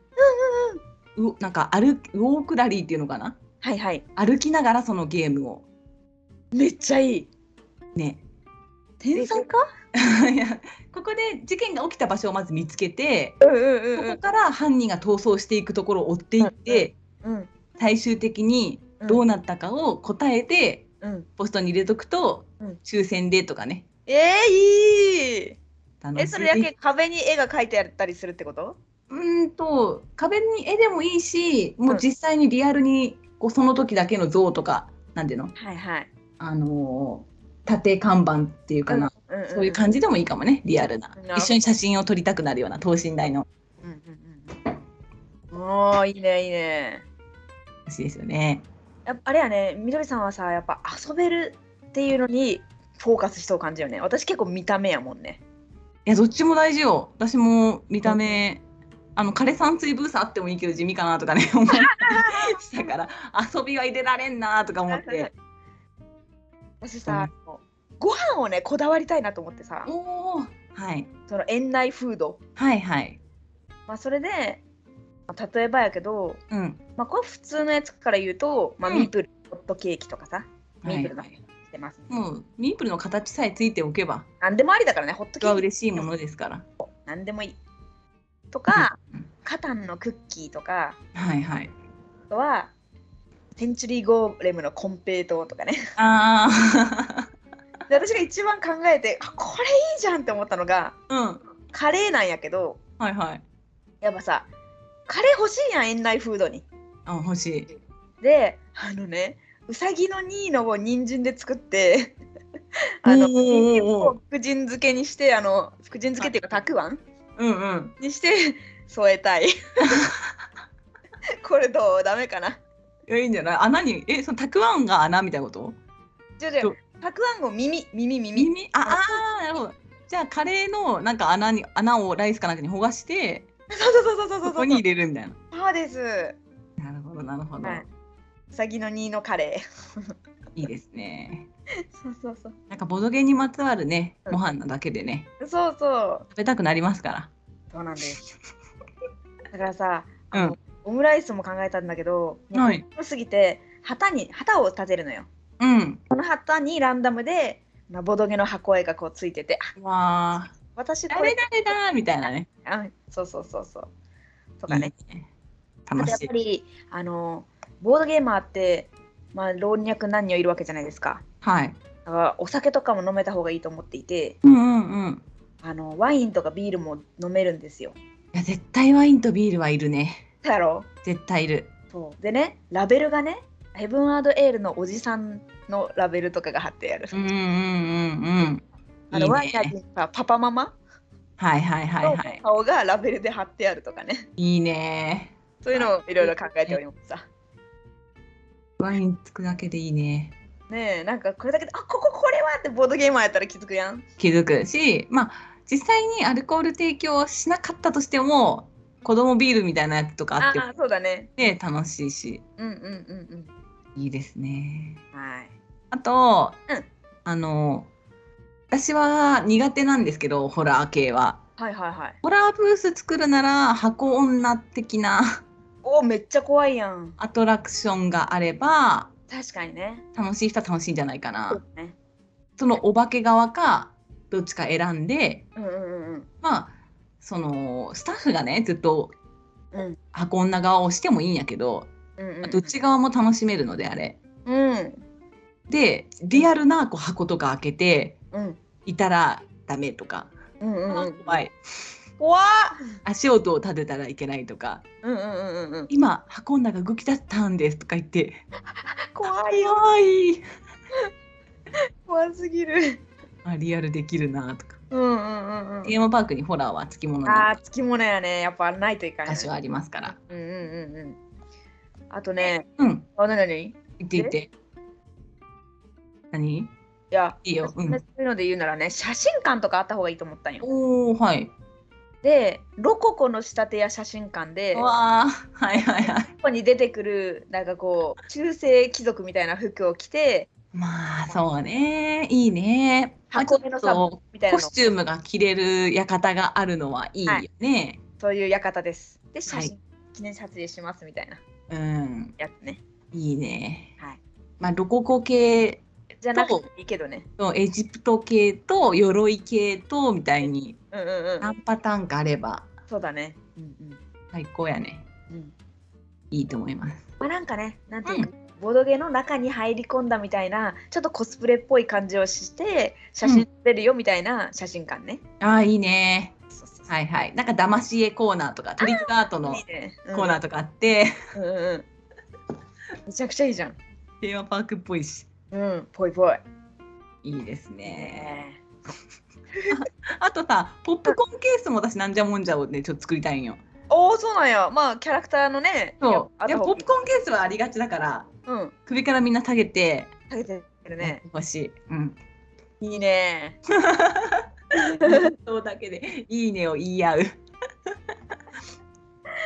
B: うなんか歩きウォークラリーっていうのかな
A: はいはい。
B: 歩きながらそのゲームを。
A: めっちゃいい。
B: ね。
A: 天才か？
B: いやここで事件が起きた場所をまず見つけて、
A: うんうんう
B: そこ
A: ん
B: から犯人が逃走していくところを追っていって、
A: うん。
B: 最終的に
A: うん。
B: どう
A: な？
B: なったかを答えて
A: うん。
B: ポストに入れとくと、
A: うん
B: 抽選でとかね
A: えー、いい。
B: あの
A: えそれだけ壁に絵が描いてあったりするってこと？
B: うーんと壁に絵でもいいしもううん実際にリアルにこうその時だけの像とかなんていうの、
A: はいはい。
B: あのー縦看板っていうかな、
A: うんん
B: そういう感じでもいいかもねリアルな
A: なるほど
B: 一緒に写真を撮りたくなるような等身大の
A: うんうんうん。おーいいねいいね。
B: 欲しいですよね。
A: やっぱあれやねみどりさんはさやっぱ遊べるっていうのにフォーカスしそう感じよね私結構見た目やもんね
B: いやどっちも大事よ私も見た目、あの枯山水ブースあってもいいけど地味かなとかね 思ったりしたから遊びは入れられんなとか思って
A: 私さ、あのご飯をねこだわりたいなと思ってさ
B: おーはい
A: その園内フード、
B: はいはい
A: まあ、それで、まあ、例えばやけど、
B: うん
A: まあ、これ普通のやつから言うと、まあ、
B: うん
A: ミープルホットケーキとかさミープルの
B: はいはい
A: してます、ね
B: もうミープルの形さえついておけば
A: なんでもありだからねホット
B: それ
A: ケ
B: は
A: ーキ
B: 嬉しいものですから
A: なんでもいいとか、
B: うん
A: カタンのクッキーとか
B: はいはい
A: あとはセンチュリーゴーレムのコンペイトーとかね
B: ああ
A: で私が一番考えてあこれいいじゃんって思ったのが
B: うん
A: カレーなんやけど
B: はいはい
A: やっぱさカレー欲しいやん園内フードに。
B: あ欲しい
A: であのねうさぎのニーノを人参で作ってあの
B: おおお
A: 福神漬けにしてあの福神漬けっていうかたくあん
B: うんうん
A: にして添えたい。これどうダメかない
B: やいいんじゃない穴にえそのたくあんが穴みたいなこと
A: じゃあじゃあ
B: ど
A: たくあんを耳耳耳
B: 耳ああーなるほどじゃあカレーのなんか穴に穴をライスかなんかにほがして
A: そうそうそうそうそうそう
B: そこに入れるみたいな
A: そうです
B: なるほどなるほど、
A: はいウサギの2のカレー
B: い、いですね
A: そうそうそう
B: なんかボドゲにまつわるね
A: うん
B: ご飯なだけでね
A: そうそう
B: 食べたくなりますか
A: そうなんですだからさ
B: らうん
A: オムライスも考えたんだけど、
B: はい
A: もうすぎて旗に旗を立てるのよ
B: うん
A: この旗にランダムでなボドゲの箱絵がこうついててあ
B: わあ
A: 私こ
B: 誰
A: れ
B: 誰だみたいなね
A: あそうそうそうそうとかね
B: いいね
A: あ
B: 楽
A: とやっ
B: しい
A: ぱりあのボードゲーマーって、まあ、老若男女いるわけじゃないですか
B: はい
A: だからお酒とかも飲めた方がいいと思っていて
B: うんうんうん
A: あのワインとかビールも飲めるんですよ
B: いや絶対ワインとビールはいるね
A: だろ
B: 絶対いる
A: そうでねラベルがねヘブンアードエールのおじさんのラベルとかが貼ってある、
B: うんうんうんうん
A: あ
B: い
A: の
B: い
A: ワイナリー
B: ね
A: にさパパママ
B: はいはいはい
A: の
B: はい
A: 顔がラベルで貼ってあるとかね、
B: いいね
A: そういうのをいろいろ考えておりますさ
B: ワインつくだけでいいね
A: ねえなんかこれだけであこここれはってボードゲーマーやったら気づくやん
B: 気づくしまあ実際にアルコール提供しなかったとしても子供ビールみたいなやつとかあ
A: あ
B: って
A: あそうだね
B: で楽しいし
A: うんうんうん
B: いいですね
A: うんはい
B: あと、
A: うん
B: あの私は苦手なんですけどホラー系は
A: はいはいはい
B: ホラーブース作るなら箱女的な
A: おめっちゃ怖いやん
B: アトラクションがあれば
A: 確かにね
B: 楽しい人は楽しいんじゃないかな、
A: そうね
B: そのお化け側かどっちか選んで
A: うんうんうん
B: まあそのスタッフがねずっと
A: うん
B: 箱女側をしてもいいんやけど、
A: うんうんうん
B: どっち側も楽しめるのであれ
A: うん
B: でリアルなこう箱とか開けて
A: うん
B: いたらダメとか、
A: うんうんう
B: あ
A: ん
B: 怖い
A: 怖っ
B: 足音を立てたらいけないとか
A: うんうんうんうんうん
B: 今箱女が動き出したんですとか言って
A: 怖いよ
B: 怖い
A: 怖すぎる
B: あリアルできるなとか
A: うんうんうんう
B: テーマパークにホラーはつきもの
A: んあ
B: な
A: あつきものやねやっぱないといかんよ
B: 場
A: ね
B: 所ありますから
A: うんうんうんうんあとね
B: うん
A: あなになにい
B: 言って言って何
A: や
B: いいよ、う、
A: そうんいうので言うならね写真館とかあった方がいいと思ったんよ
B: おおはい
A: でロココの仕立てや写真館で
B: う
A: こ
B: わーはいはいはい
A: こに出てくるなんかこう中世貴族みたいな服を着て
B: まあそうねいいね
A: 箱根の
B: まあ
A: さ
B: ちょっと
A: みたいな
B: コ
A: の
B: スチュームが着れる館があるのはいいよね、
A: そういう館です。で写
B: はい
A: 真、記念撮影しますみたいな
B: うん
A: やつね。
B: いいね
A: はい、
B: まあロココ系
A: じゃなくてもいいけどね。
B: とエジプト系と鎧系とみたいに
A: うんうんうん。
B: 何パターンかあれば
A: そうだね。うん
B: 最高やね
A: うんうん。
B: いいと思います
A: まあなんかね、なんていうか、ボードゲの中に入り込んだみたいな、ちょっとコスプレっぽい感じをして、写真撮れるよみたいな写真館ね。
B: あーいいね
A: そうそうそう
B: はいはいなんか騙し絵コーナーとかトリックアートの
A: いいね。
B: コーナー
A: ー。
B: とかあって、
A: うんうんうん。めちゃくちゃいいじゃん。
B: テーマパークっぽいし
A: うん、ぽいぽい。
B: いいですね
A: ね
B: あとさポップコーンケースも私なんじゃもんじゃをねちょっと作りたいんよ
A: えおお、そうなんや。まあ、キャラクターのね。
B: そう
A: あ
B: で
A: と
B: もポップコーンケースはありがちだから
A: うん、
B: 首からみんな下げて
A: かけてる
B: やっ
A: ね
B: て。ほしい、うん、
A: いいね。
B: そうだけで「いいね」を言い合うい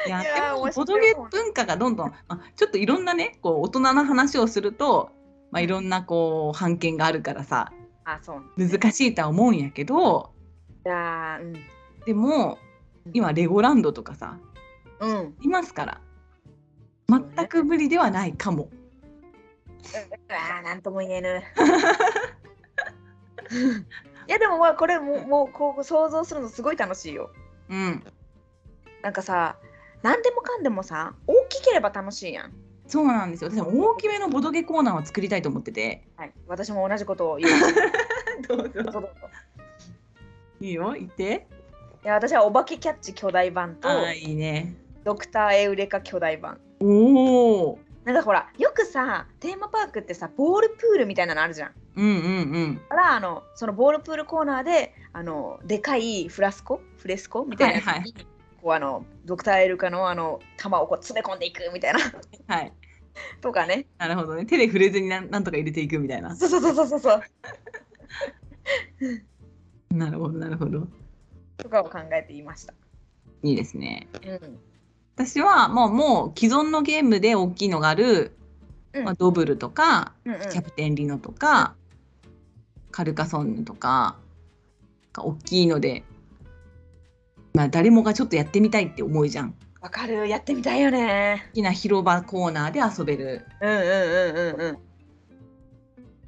B: や
A: いやー
B: でも
A: 面白
B: ボ
A: い
B: ドゲ文化がどんどん、まあ、ちょっといろんなねこう大人の話をすると、まあ、いろんなこう判件があるからさ
A: あ、そう。
B: 難しいとは思うんやけど
A: いやー
B: でも今レゴランドとかさ
A: うん、うん、
B: いますから
A: そうね
B: 全く無理ではないかも。
A: あーなんとも言えぬ。 いやでもまあこれももうこう想像するのすごい楽しいよ。
B: うん
A: なんかさ何でもかんでもさ大きければ楽しいやん。
B: そうなんですよ。私も大きめのボドゲコーナーを作りたいと思ってて。
A: はい、私も同じことを言う。
B: どう
A: どうぞど
B: ぞ。
A: うぞ
B: いいよ、言って。
A: いや私はお化けキャッチ巨大版と
B: ああ、いいね。
A: ドクターエウレカ巨大版。
B: おお。
A: なんかほらよくさテーマパークってさボールプールみたいなのあるじゃん。
B: うんうんうん。
A: だからあのそのボールプールコーナーであのでかいフラスコフレスコみたいなやつに、
B: はいはい
A: こうあのドクターエルカのあの玉をこう詰め込んでいくみたいな
B: はい。
A: とかね
B: なるほどね。手で触れずになんなんとか入れていくみたいな。
A: そうそうそうそうそう
B: なるほど、なるほど。
A: とかを考えていました、
B: いいですね。
A: うん、
B: 私はもうもう既存のゲームで大きいのがある、
A: うん
B: まあ、ドブルとか、
A: うんうん
B: キャプテンリノとか、カルカソンヌとかが大きいので、まあ、誰もがちょっとやってみたいって思うじゃん。好
A: わかるやってみたいよね
B: きな広場コーナーで遊べる
A: うんうんうんうんうん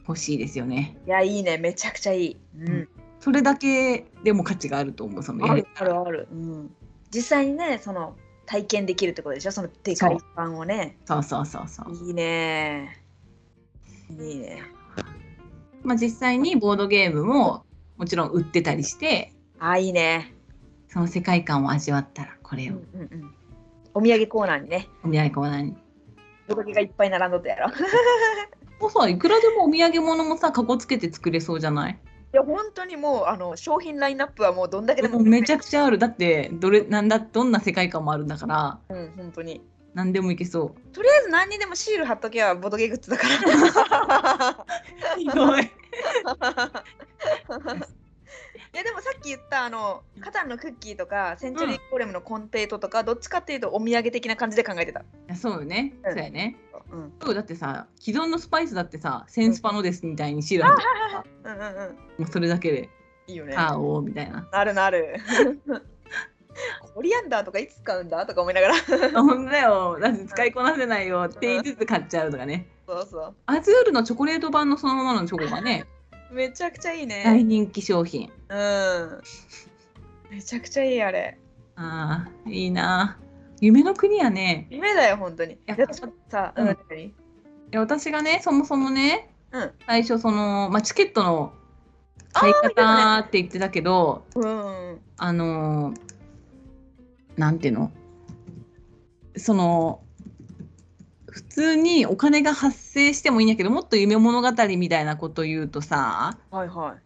B: 欲しいですよね。
A: いやいいねめちゃくちゃいい、うん
B: それだけでも価値があると思うその
A: あ
B: やり
A: るあるある、うん、実際にねその体験できるってことでしょそのデカリ版をね
B: そうそうそうそう。
A: いいねいいね
B: まあ、実際にボードゲームももちろん売ってたりして
A: あいいね、
B: その世界観を味わったらこ
A: う
B: れ
A: ん
B: を
A: うんうん、お土産コーナーにね
B: お土産コーナーに
A: お土産がいっぱい並んどったやろ い
B: もうさいくらでもお土産物もさかこつけて作れそうじゃない
A: や本当にもうあの商品ラインナップはもうどんだけで
B: も
A: も
B: うめちゃ
A: く
B: くちゃあるだってどれなんだどんな世界観もあるんだから
A: ちゃ、うん、本当に
B: 何でもいけそう
A: とりあえず何にでもシール貼っとけばボドゲグッズだから
B: ひどい
A: いやでもさっき言ったあのカタンのクッキーとかセンチュリーコーレムのコンテートとか、どっちかっていうとお土産的な感じで考えてた、
B: そうよね、
A: うん
B: そうやね
A: うん、うん
B: そうだってさ既存のスパイスだってさセンスパのですみたいにシール貼って
A: うんうん
B: もうそれだけで
A: いいよ
B: 「
A: ね
B: ああおーみたいな
A: なるな るコリアンダーとかいつ使うんだとか思いながら
B: 「ほんだよだって使いこなせないよ」って言いつつ買っちゃうとかね
A: そうそ
B: アズールのチョコレート版のそのままのチョコがね
A: うめちゃくちゃいいね、
B: 大人気商品
A: うんめちゃくちゃいいあれ
B: あーいいな夢の国やね
A: 夢だよ本当にい
B: や
A: や私もさうん、
B: う
A: うんん、
B: いや私がねそもそもね
A: うん
B: 最初その、まあ、チケットの
A: あ
B: 買い
A: ー
B: 方って言ってたけど
A: うん
B: あのーなんていうのその普通にお金が発生してもいいんやけどもっと夢物語みたいなこと言うとさ
A: はいは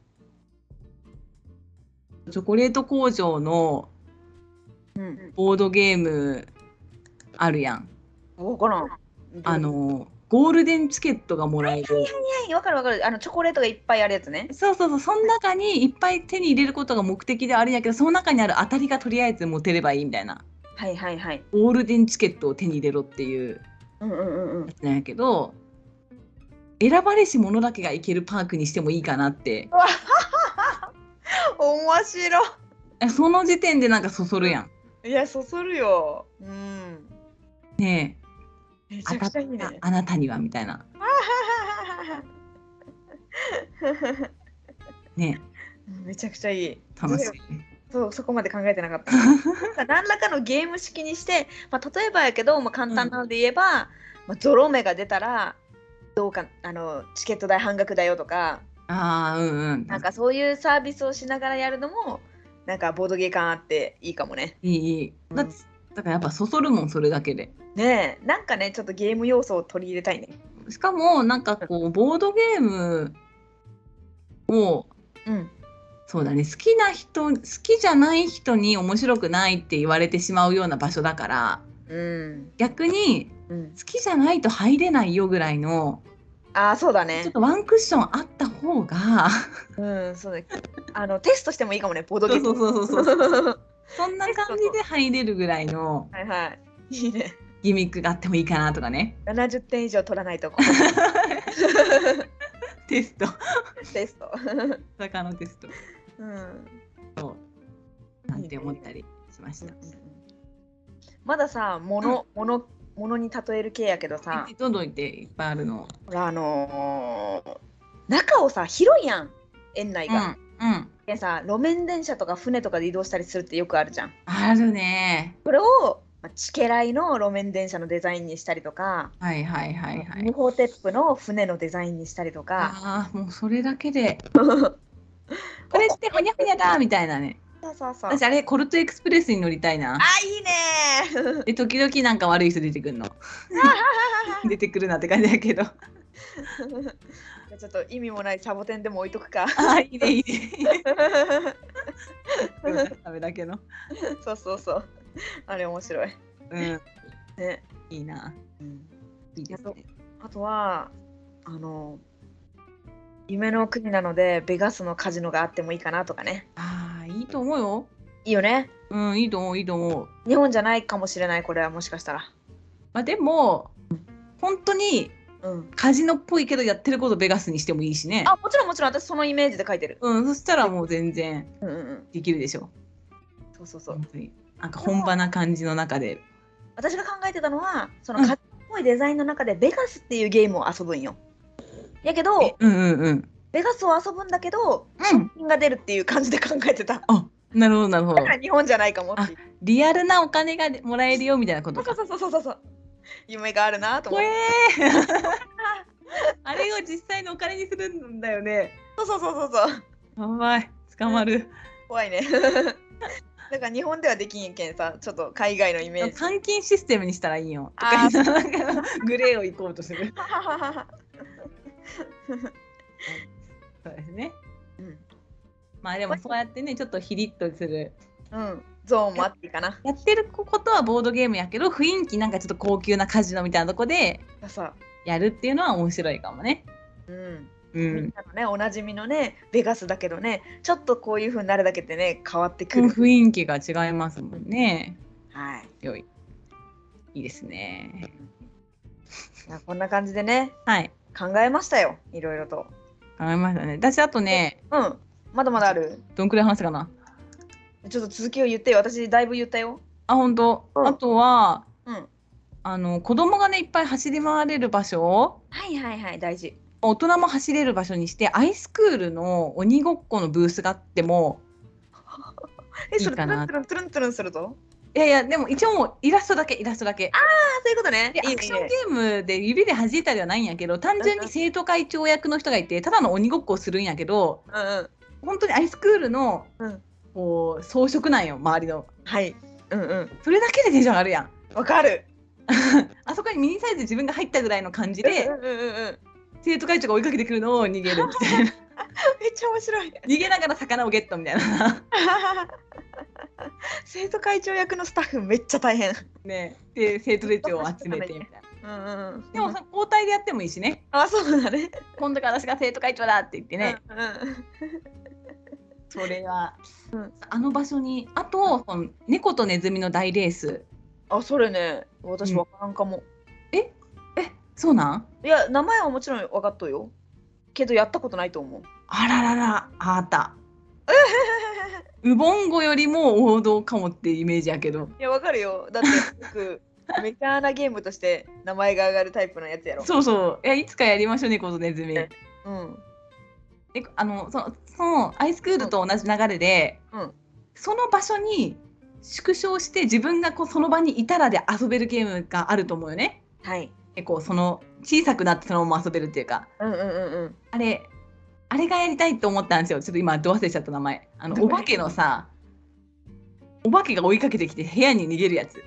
B: チョコレート工場の
A: い、うん、
B: ボードゲームあるやん
A: 分からん
B: あのゴールデンチケットがもらえる
A: はいわかるわかるあのチョコレートがいっぱいあるやつね
B: そうそうそうその中にいっぱい手に入れることが目的ではあるんやけどその中にある当たりがとりあえず持てればいいみたいな
A: はいはいはい
B: ゴールデンチケットを手に入れろっていう
A: うんうんうんうん
B: やつなんやけど選ばれし者だけが行けるパークにしてもいいかなって
A: 面白
B: その時点でなんかそそるやん。
A: いいやそそるようん
B: ね
A: めち
B: え
A: ゃ
B: 当
A: くち
B: た
A: ゃ
B: っ
A: いいね
B: たあなたにはみたいな。ね
A: めちゃくちゃいい
B: え楽しい
A: そ。そうそこまで考えてなかったなんか何らかのゲーム式にして、まあ、例えばやけど、まあ、簡単なので言えば、まあ、ゾロ目が出たらどうかあのチケット代半額だよとか
B: ああうんうん。
A: なんかそういうサービスをしながらやるのもなんかボードゲー感あっていいかもね。
B: いいいい。だってだからやっぱそそるもんそれだけで。
A: ねえなんかねちょっとゲーム要素を取り入れたいね。
B: しかもなんかこうボードゲームを
A: うん、
B: そうだね好きな人好きじゃない人に面白くないって言われてしまうような場所だから
A: うん
B: 逆に
A: うん、
B: 好きじゃないと入れないよぐらいの
A: ああそうだ
B: ちょっ
A: ね。
B: とワンクッションあった方が
A: うんそうだねあのテストしてもいいかもねボードゲーム。
B: そうそうそうそんな感じで入れるぐらいの
A: はいはいいいね。
B: ギミックがあってもいいかなとかね
A: 70点以上取らないと
B: テスト
A: テスト。
B: 坂のテスト
A: うん
B: なんて思ったりしました。
A: まださ、もの、もの、ものに例える系やけどさ、
B: どんどん行っていっぱいあるの。
A: ほらあのー中をさ、広いやん、園内
B: うん、う
A: が。
B: ん、
A: でさ、路面電車とか船とかで移動したりするってよくあるじゃん。
B: あるね。
A: まあ、チケライの路面電車のデザインにしたりとか、
B: はいはいはいはい。
A: 無法鉄布の船のデザインにしたりとか、
B: ああもうそれだけ でこれってほにゃほにゃだみたいなね
A: そうそうそう。あ
B: 私あれコルトエクスプレスに乗りたいな
A: ー、 いいね
B: で時々なんか悪い人出てくる の出てくるなって感じだけどあ
A: じゃあちょっと意味もないサボテンでも置いとくか。
B: あいいねいい ねダメだけど
A: そうそうそう。あれ面白い。
B: うん
A: ね。
B: いいないいですね。
A: あとはあの夢の国なのでベガスのカジノがあってもいいかなとかね
B: ああいいと思うよ。
A: いいよね
B: うんいいと思ういいと思う。
A: 日本じゃないかもしれないこれはもしかしたら
B: まあでも本当に
A: うん
B: カジノっぽいけどやってることベガスにしてもいいしね。
A: あもちろんもちろん私そのイメージで書いてる
B: うんそしたらもう全然
A: うんうんうん
B: できるでしょ。
A: そうそうそう
B: 本当になんか本場な感じの中で。
A: 私が考えてたのはその
B: うん
A: カジノっぽいデザインの中でベガスっていうゲームを遊ぶんよやけど
B: うんうんうん。
A: ベガスを遊ぶんだけど
B: うん。
A: 金が出るっていう感じで考えてた
B: あなるほどなるほど
A: だか。ら日本じゃないかもっていう
B: リアルなお金がもらえるよみたいなこ
A: そ
B: と
A: う
B: か。
A: そうそうそうそうそう夢があるなと思っ
B: 怖
A: て
B: えー あれを実際のお金にするんだよね。
A: そうそうそうそうそう
B: やばい捕まる。
A: 怖いね だから日本ではできんけんさちょっと海外のイメージ
B: 換金システムにしたらいいよ。と
A: あ
B: か
A: ー
B: なんか グレーを行こうとする。そうですね。
A: うん
B: まあでもそうやってねちょっとヒリッとする。
A: うん、ゾーンもあっていいかな。
B: やってることはボードゲームやけど雰囲気なんかちょっと高級なカジノみたいなとこで
A: さ、
B: やるっていうのは面白いかもね。
A: うん、
B: う
A: みん
B: ん。
A: なのね、おなじみのね、ベガスだけどね、ちょっとこういう風になるだけでね、変わってくる。
B: 雰囲気が違いますもんね。
A: はい。
B: 良い。いいですね。
A: まあこんな感じでね、
B: はい。
A: 考えましたよ、いろいろと。
B: 考えましたね。私あとね
A: うん、まだまだある。
B: どんくらい話すかな。
A: ちょっと続きを言ってよ、私だいぶ言ったよ。
B: あ本当。
A: うん
B: あとは
A: うん。は
B: あの子供がねいっぱい走り回れる場所。
A: いはいはい、大事。
B: 大人も走れる場所にしてアイスクールの鬼ごっこのブースがあっても
A: え、そ
B: い
A: れ、
B: いか
A: トゥ
B: な
A: ルントゥルントゥルントゥルンすると
B: いやいやでも一応もうイラストだけイラストだけ
A: あ、そういうことね。
B: で
A: いい
B: アクション
A: ね
B: ゲ。ームで指で弾いたりはないんやけど単純に生徒会長役の人がいてただの鬼ごっこをするんやけど
A: うんうん。
B: 本当にアイスクールの
A: うん
B: こう装飾なんよ周りの
A: はい。うんうん。
B: それだけでテンション上がるやん
A: わかる。
B: あそこにミニサイズ自分が入ったぐらいの感じ
A: う
B: で
A: んうんうんうん。
B: 生徒会長が追いかけてくるのを逃げるみた いな
A: めっちゃ面白い。
B: 逃げながら魚をゲットみたいな
A: 生徒会長役のスタッフめっちゃ大変。
B: ねで生徒会長を集めてみたいな
A: うんうんうん、
B: でもさ交代でやってもいいしね
A: あそうだね。
B: 今度から私が生徒会長だって言ってね、
A: うんうん、
B: それは、
A: うん
B: あの場所にあとその猫とネズミの大レース
A: あそれね私
B: うん
A: わからんかも、
B: そうなん
A: いや名前はもちろん分かっとうよ。けどやったことないと思う。
B: あらららあったうぼんごよりも王道かもってイメージやけど
A: いやわかるよ。だってよ くメジャーなゲームとして名前が上がるタイプのやつやろ。
B: そうそういやいつかやりましょう猫とネズミ
A: えうん。
B: えあのそのそのアイスクールと同じ流れで、
A: うんうん
B: その場所に縮小して自分がこうその場にいたらで遊べるゲームがあると思うよね
A: はい。
B: 結構その小さくなってそのまま遊べるっていうか
A: うんうんうんうん。
B: あれ、あれがやりたいと思ったんですよ。ちょっと今、ど忘れしちゃった名前。あの、
A: ど
B: お
A: れ
B: 化けのさ、お化けが追いかけてきて部屋に逃げるやつ。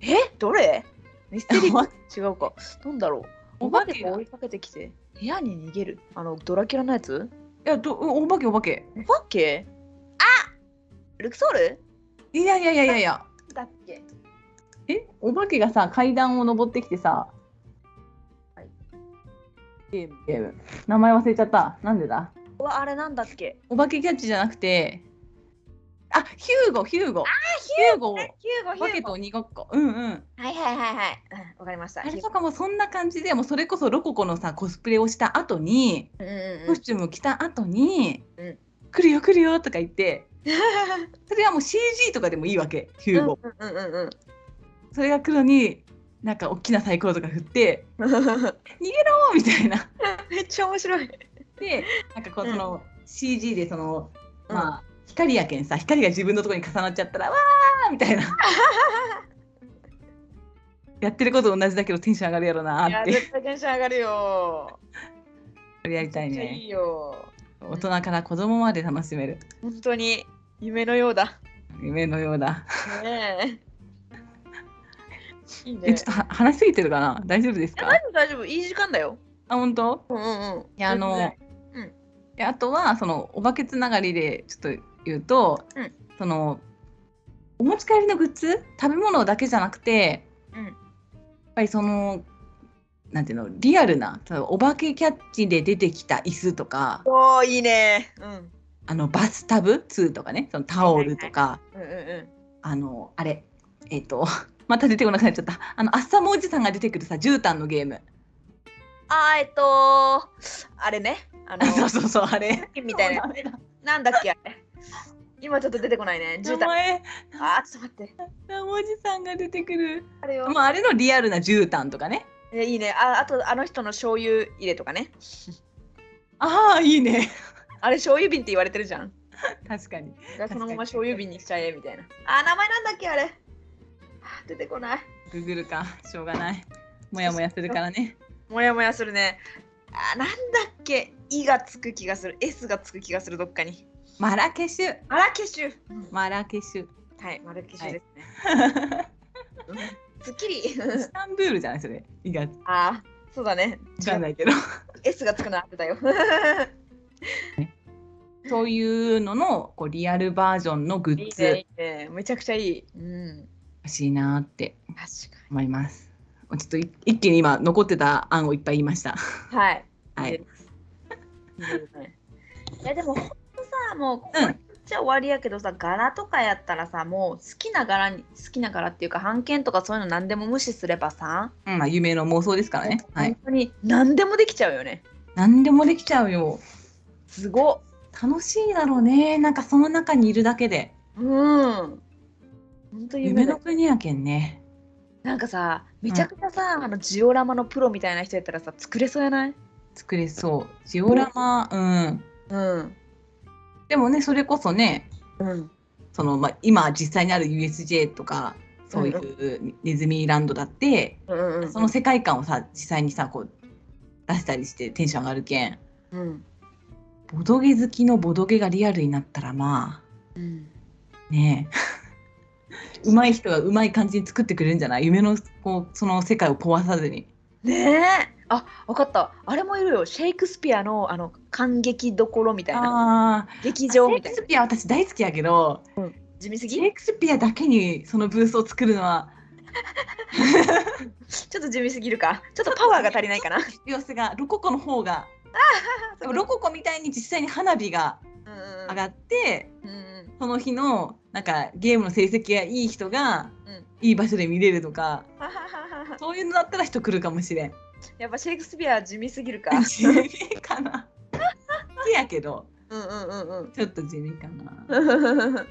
A: えどれミステ リー違うか。なんだろう。
B: お
A: お
B: 化
A: 化
B: け
A: け
B: が
A: が追いかけてきて部屋に逃げる。あのドラキュラのやつ
B: いや、どお化け、お化け。
A: お化けあルクソール
B: いやいやいやいやいや。
A: だっけ
B: え、お化けがさ、階段を登ってきてさ、
A: はい
B: ゲーム、ゲーム。名前忘れちゃった。なんでだ
A: うわあれなんだっけ
B: お化けキャッチじゃなくて、あ、ヒューゴ、ヒューゴ。あ、ヒューゴ。
A: ゴ
B: お化けと鬼ごっこ。うんうん。
A: はいはいはいはいうんわかりました
B: あれ
A: ヒュ
B: とかもそんな感じで、もうそれこそロココのさ、コスプレをした後に、
A: ーうんうんう
B: コ
A: ん
B: スチューム着た後に、
A: うん
B: 来るよ来るよとか言ってそれはもう CG とかでもいいわけヒューゴ、
A: うんうんうん
B: それが来るのになんか大きなサイコロとか振って
A: うん
B: 「おーみたいな。
A: めっちゃ面白い
B: でなんかこう
A: うん
B: その、CG でそのまあ、光やけんさ光が自分のところに重なっちゃったら「わー!」みた いなやってること同じだけどテンション上がるやろ
A: あ
B: な
A: っい
B: ー
A: や
B: って
A: 絶対テンション上がるよ
B: それやりたい
A: めっちゃい
B: ね
A: いよ
B: 大人から子供まで楽しめる
A: 本当に夢のようだ
B: 夢のようだ、
A: ねえいい
B: え
A: ね
B: ちょっとは話しすぎてるかな大丈夫です
A: いや
B: か
A: 大丈夫大丈夫いい時間だよ
B: あ本当
A: うんうんうん
B: いやあの、
A: うん
B: いやあとはそのお化けつながりでちょっと言うと、
A: うん
B: そのお持ち帰りのグッズ食べ物だけじゃなくて
A: うん
B: やっぱりそのなんていうのリアルな例えばお化けキャッチで出てきた椅子とか
A: おーいいねうんうん
B: あのバスタブ2とかねそのタオルとか、
A: うんうん
B: あのあれえっ、と また出てこなくなっちゃったあのアッサムおじさんが出てくるさ絨毯のゲーム
A: あーえっとあれねあの
B: そうそうそうあれ
A: みたいななんだっけあれ今ちょっと出てこない ね
B: 名
A: 絨毯
B: 前
A: あーちょっと待って
B: アッサムおじさんが出てくる、
A: あれよ、
B: まあ、あれのリアルな絨毯とかね
A: えいいねああとあの人の醤油入れとかね
B: ああいいね
A: あれ醤油瓶って言われてるじゃん
B: 確かに
A: じゃあそのまま
B: 確か
A: 醤
B: に
A: 油瓶にしちゃえみたいなあー名前なんだっけあれはあ出てこない
B: ググるかしょうが ないもやもやするからね
A: もやもやするねあーなんだっけ「い」がつく気がする「S」がつく気がするどっかに
B: マラケシュ
A: マラケシュ、うん
B: マラケシュ
A: はいマラケシュですね、うんすっきり
B: イスタンブールじゃないそれ意外
A: あーそうだね
B: じゃないけど
A: S がつくのあってたよ
B: そういうののこうリアルバージョンのグ
A: い
B: ッ
A: い
B: ズ
A: ねいいねめちゃくちゃいい、うん、
B: 欲しいなーって
A: 確
B: 思いますちょっとい一気に今残ってた案をいっぱい言いました
A: かにはい
B: はい
A: いいですねいやでもほんとさもうこ
B: うん
A: れじゃ終わりやけどさ、柄とかやったらさもう好きな柄に好きな柄っていうか版権とかそういうの何でも無視すればさ、
B: まあ夢の妄想ですからね、はい
A: 本、当に何でもできちゃうよね
B: 何でもできちゃうよ
A: すご
B: 楽しいだろうねなんかその中にいるだけで
A: っうん本当夢
B: 夢の
A: の
B: 国やけんね
A: なんかさめちゃくちゃさ、あのジオラマのプロみたいな人やったらさ作れそうやない
B: 作れそうジオラマうん
A: うん
B: でもねそれこそね
A: うん
B: その、まあ、今実際にある USJ とかそういうネズミランドだって、
A: うんうん
B: その世界観をさ実際にさこう出したりしてテンション上がるけん
A: うん
B: ボドゲ好きのボドゲがリアルになったらま
A: うん
B: あね えうまい人がうまい感じに作ってくれるんじゃない夢のこうその世界を壊さずに
A: ねえあわかったあれもいるよシェイクスピアのあの感激どころみたいな
B: ああ
A: 劇
B: シ
A: 場
B: ェイ
A: みた
B: ク
A: い
B: ス
A: な
B: ピア私大好きやけど
A: 地味す
B: シ
A: ぎ
B: ェイクスピアだけにそのブースを作るのは
A: ちょっと地味すぎるかちょっとパワーが足りないかな
B: 様子がロココの方がでもロココみたいに実際に花火が
A: うん
B: 上がって、
A: うんうん
B: その日のなんかゲームの成績がいい人が、
A: うん
B: いい場所で見れるとか
A: はははは
B: そういうのだったら人来るかもしれん。
A: やっぱシェイクスピアは地味すぎるか
B: 地味かな。せやけど
A: うんうんうん
B: ちょっと地味かな。
A: うん
B: ま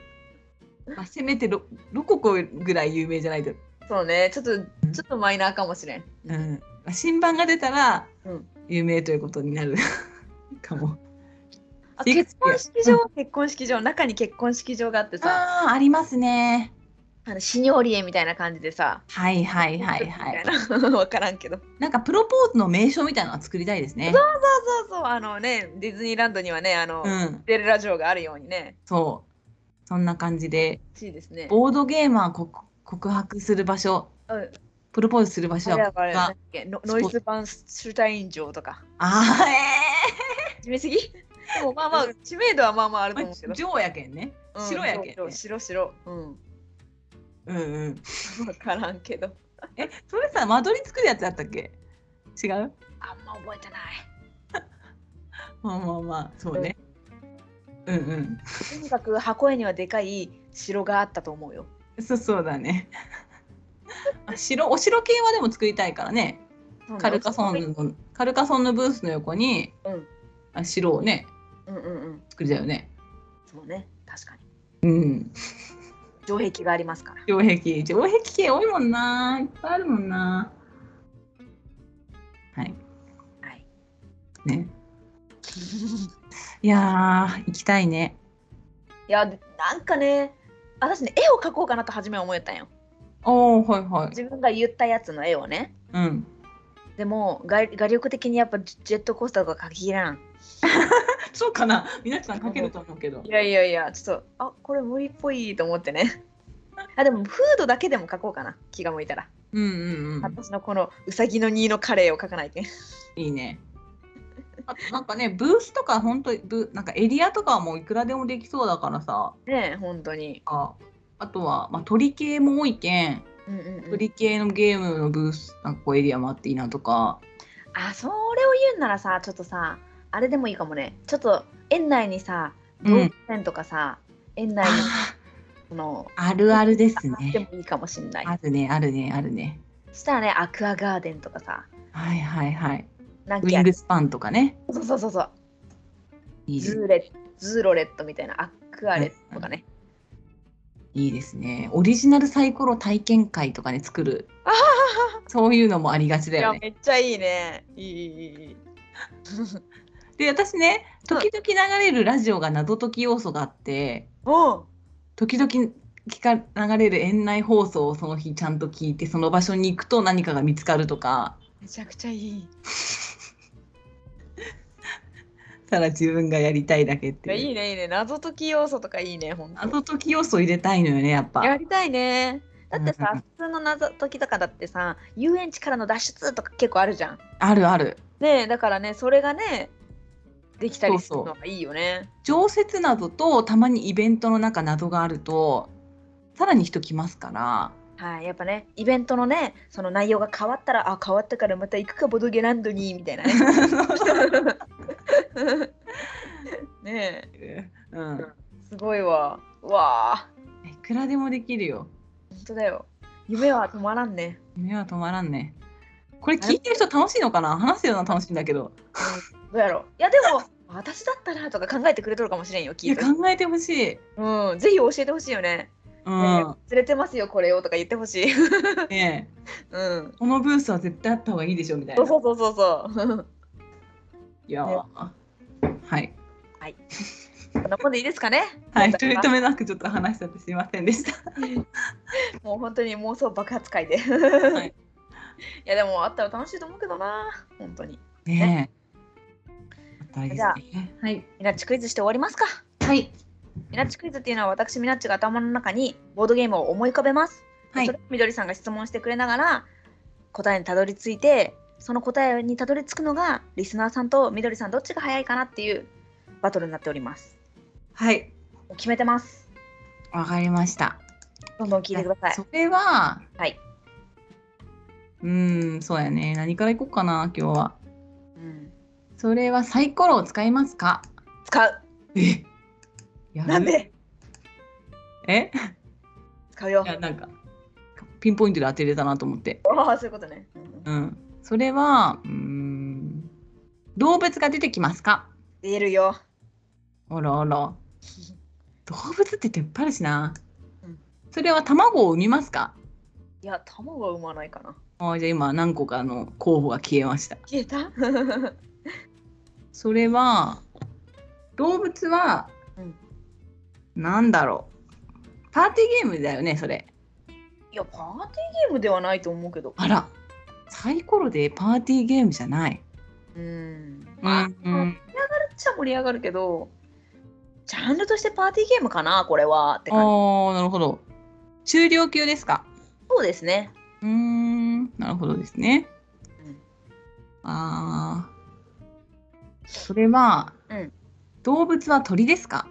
B: あ、せめてロロココぐらい有名じゃないと。
A: そうねちょっとちょっとマイナーかもしれん、
B: うんまあ、新版が出たら、
A: うん
B: 有名ということになるかも。
A: あ
B: シェイク
A: 結
B: スピ
A: 婚
B: ア
A: 式場、結婚式場中に結婚式場があってさ
B: ああありますね。
A: あのシニオリエみたいな感じでさ
B: はいはいはいは
A: み
B: い。
A: たいなわからんけど
B: なんかプロポーズの名称みたいなのは作りたいですね。
A: そうそうあのねディズニーランドにはねあの、
B: うん、
A: デレラ城があるようにね
B: そう。そんな感じで、
A: いいですね
B: ボードゲーマー告告白する場所、
A: うん
B: プロポーズする場所
A: あれ
B: は
A: あれ
B: ここ
A: なんだっけノノイズ版シュタイン城とか
B: ああ、
A: 地味すぎでもまあまあ知名度はまあまああると
B: ええ
A: 思うけど、
B: 上やけんね。
A: うん
B: 白やけん、ね。
A: そうそう白白うん
B: うんうん。
A: 分からんけど
B: え、それさ、間取り作るやつだったっけ違う
A: あんま覚えてない
B: まあまあまあ、そうね。うんうん。
A: とにかく箱絵にはでかい城があったと思うよ
B: そうそうだね。あ城お城系はでも作りたいからねカルカソンのカルカソンのブースの横に、
A: うん
B: あ城をね
A: うんうんうん
B: 作りたいよね
A: そうね確かに
B: うん
A: 城壁がありますから
B: 城壁城壁系多いもんないっぱいあるもんなはい
A: はい
B: ねいやー行きたいね
A: いやでなんかね私ね絵を描こうかなと初めは思えたんよ
B: おおはいはい
A: 自分が言ったやつの絵をね
B: うん
A: でも画画力的にやっぱジェットコースターとか描ききらん
B: そうかな皆さん書けると思うけど
A: いやいやいやちょっとあこれ無理っぽいと思ってね あでもフードだけでも描こうかな気が向いたら、
B: うんうんうん
A: 私のこのうさぎの2のカレーを描か ないと
B: いいねあとなんかねブースとか本当ブなんかエリアとかはもういくらでもできそうだからさ
A: ねえ本当に
B: ああとは、まあ、鳥系も多いけん
A: うんうんう
B: プ
A: ん、
B: リ系のゲームのブースなんかこうエリアもあっていいなとか
A: あそれを言うんならさちょっとさあれでもいいかもねちょっと園内にさ動物園とかさ、園内に
B: あ
A: そ の
B: ーあるあるです
A: あって
B: ね
A: もいいかもしんない、
B: あるねあるねあるね
A: したらねアクアガーデンとかさ
B: はいはいはい
A: なん
B: ウ
A: か
B: ィングスパンとかね
A: そうそうそうそう
B: いい
A: ズーレズーロレットみたいなアクアレットとかね、
B: いいですねオリジナルサイコロ体験会とかね作る
A: あは
B: そういうのもありがちだ
A: いや
B: よね
A: めっちゃいいねいいいいいい
B: で私ね
A: うん
B: 時々流れるラジオが謎解き要素があって
A: おう
B: 時々聞か流れる園内放送をその日ちゃんと聞いてその場所に行くと何かが見つかるとか
A: めちゃくちゃいい
B: ただ自分がやりたいだけっ
A: い
B: て
A: や
B: いう
A: いいねいいね謎解き要素とかいいねほんと
B: 謎解き要素入れたいのよねやっぱ
A: やりたいねだってさ、
B: うんうん
A: 普通の謎解きとかだってさ遊園地からの脱出とか結構あるじゃん
B: あるある
A: ねえだからねそれがねできたりするのがいいよね
B: 常設謎とたまにイベントの中謎があるとさらに人来ますから
A: はいやっぱねイベントのねその内容が変わったらあ変わったからまた行くかボドゲランドにみたいな ね ねえ
B: うん、
A: すごいわうわあ
B: いくらでもできるよ
A: 本当だよ夢は止まらんね
B: 目は止まらんねこれ聞いてる人楽しいのかな話すような楽しいんだけど
A: どうやろういやでも私だったらとか考えてくれとるかもしれんよ
B: い
A: 聞い
B: や
A: て
B: 考えてほしい
A: うんぜひ教えてほしいよね
B: う
A: ねえ
B: ん
A: 連れてますよこれをとか言ってほしい
B: ねえ
A: うん
B: このブースは絶対あった方がいいでしょみたい
A: そう
B: な
A: そうそうそうそう
B: いや
A: ね
B: ーはい
A: こんなもんでいいですかね。
B: はい
A: 今
B: 取
A: 回
B: り留めなくちょっと話しちゃってすいませんでした
A: もう本当に妄想爆発会で。
B: い
A: いやでもあったら楽しいと思うけどな。本当に。
B: ねえまたいいですねはい
A: みなっちクイズして終わりますか。
B: はい
A: みなっちクイズっていうのは私みなっちが頭の中にボードゲームを思い浮かべます。
B: は
A: それ
B: い
A: をみどりさんが質問してくれながら答えにたどり着いて、その答えにたどり着くのがリスナーさんとみどりさんどっちが早いかなっていうバトルになっております。
B: はい
A: もう決めてます。
B: わかりました
A: どんどん聞いてください。
B: それは
A: はい。
B: うーんそうやね何からいこうかな今日は
A: うん、
B: それはサイコロを使いますか
A: 使う。
B: えやる
A: なんで
B: え
A: 使うよ
B: い。やなんかピンポイントで当てれたなと思って、
A: ああそういうことね。うんうん
B: うん、それはうーん動物が出てきますか
A: 出るよ。
B: あらあら動物って言っていっぱいあるしな、
A: うん
B: それは卵を産みますか
A: いや、卵は産まないかな。
B: あーじゃあ今何個かの候補が消えました
A: 消えた
B: それは動物は、
A: うん
B: なんだろうパーティーゲームだよねそれ
A: いや、パーティーゲームではないと思うけど。
B: あらサイコロでパーティーゲームじゃない、
A: うん。
B: あ
A: あ、めっちゃ盛り上がるけど、ジャンルとしてパーティーゲームかな、これは。って
B: あ
A: 感じ。
B: ーなるほど中量級ですか
A: そうですね。
B: うーんなるほどですね
A: うん。
B: あーそれは、
A: うん
B: 動物は鳥ですか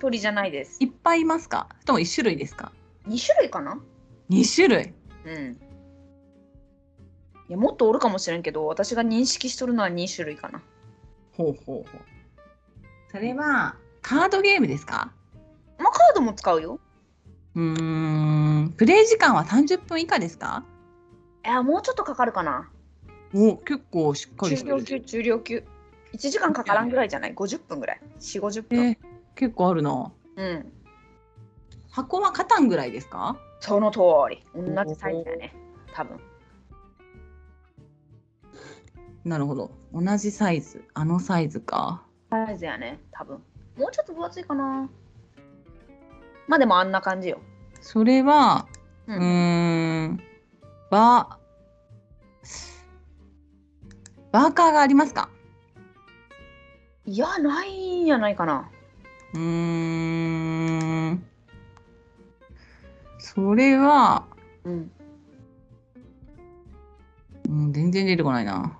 A: 鳥じゃないです
B: い。っぱいいますかそれとも1種類ですか
A: 2種類かな
B: 2種類
A: うん。いや、もっとおるかもしれんけど、私が認識しとるのは2種類かな。
B: ほうほうほうそれはカードゲームですか
A: まあ、カードも使うよ。
B: うーんプレイ時間は30分以下ですか
A: いや、もうちょっとかかるかな。
B: お結構しっかり
A: 中
B: して
A: 量
B: る
A: 級、中量級。1時間かからんぐらいじゃない ?50 分ぐらい。4、50
B: え
A: 分。
B: ー結構あるな
A: うん。
B: 箱はカタンぐらいですか
A: その通り。同じサイズだね。多分。
B: なるほど同じサイズあのサイズか
A: サイズやね。多分。もうちょっと分厚いかな。まあでもあんな感じよ。
B: それは
A: う。
B: うんーんバーバーカーがありますか
A: いや、ないんやないかな。
B: うーんそれは、
A: うん。
B: うん、全然出てこないな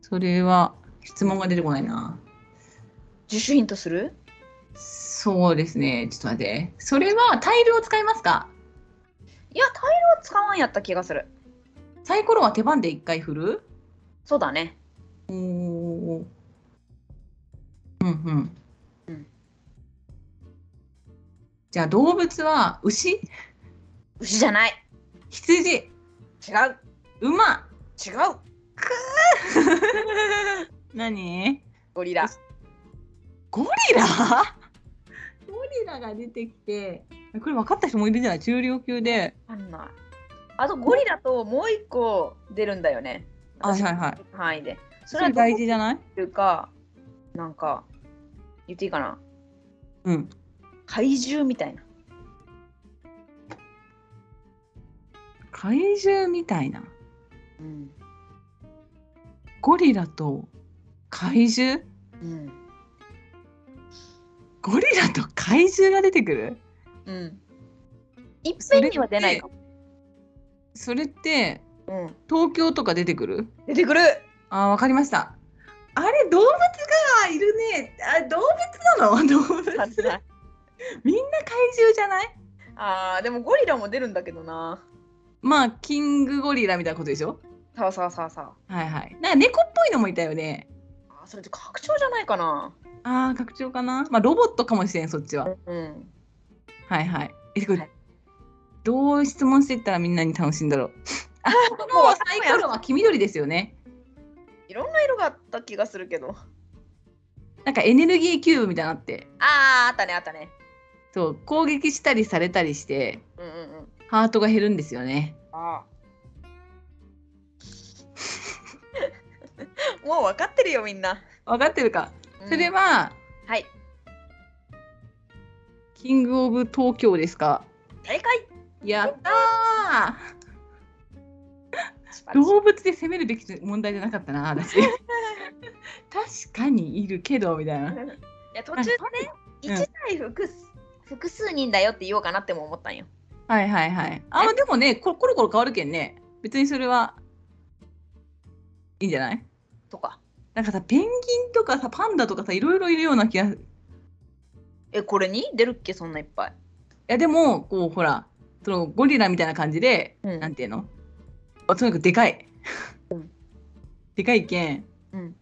B: それは質問が出てこないな
A: 自主ヒントする
B: そうですねちょっと待ってそれはタイルを使いますか
A: いや、タイルは使わんやった気がする。
B: サイコロは手番で1回振る
A: そうだね。
B: おーうんうん。
A: うん
B: じゃあ動物は牛
A: 牛じゃない。
B: 羊
A: 違う。
B: 馬
A: 違う。
B: 何
A: ゴリラ。
B: ゴリラゴリラが出てきてこれ分かった人もいるんじゃない中量級で
A: あんない。あとゴリラともう一個出るんだよね。。
B: あはいはい
A: 範囲で。そ
B: そ
A: れは
B: れ
A: 大
B: 大
A: 事
B: 事じゃない
A: というか、なんか言っていいかな。
B: うん
A: 怪獣みたいな。
B: 怪獣みたいな
A: うん。
B: ゴリラと怪獣
A: うん。
B: ゴリラと怪獣が出てくる
A: うん。いっぺんには出ないかも。
B: それって
A: うん。
B: 東京とか出てくる
A: 出てくる。
B: あーわかりましたあれ動物がいるねあ動物なの動物みんな怪獣じゃない
A: ああ、でもゴリラも出るんだけどな。
B: まあキングゴリラみたいなことでしょ
A: さあさあさあさ
B: はいはいなんか猫っぽいのもいたよね
A: あ。あーそれって拡張じゃないかな。
B: あー拡張かなまあロボットかもしれんそっちは
A: うん。
B: はいはいえこれ、
A: はい
B: どう質問していったらみんなに楽しいんだろうあこ
A: もう
B: のサイコロは黄緑ですよね
A: いろんな色があった気がするけど。
B: なんかエネルギーキューブみたいなのあって
A: ああ、あったね、あったね。
B: そう攻撃したりされたりして
A: うんうんうん。
B: ハートが減るんですよね
A: ああ。 もう分かってるよ、みんな。
B: 分かってるか
A: うん
B: それは、
A: はい。
B: キングオブ東京ですか。
A: 正解
B: やった
A: 素
B: ー。
A: 晴らしい
B: 動物で攻めるべき問題じゃなかったな、 私。確かにいるけどみた いな。
A: いや途中でね、
B: うん
A: 1対複数複数人だよって言おうかなっても思ったんよ。
B: はいはいはい。あ、まあでもね、こコロコロ変わるけんね。別にそれはいいんじゃない？
A: とか。
B: なんかさ、ペンギンとかさ、パンダとかさ、いろいろいるような気が。い
A: え、これに出るっけ、そんないっぱい。
B: やでもこうほら、そのゴリラみたいな感じで、
A: うん
B: なんていうの？あとにかくでかい。でかいけん。
A: うん。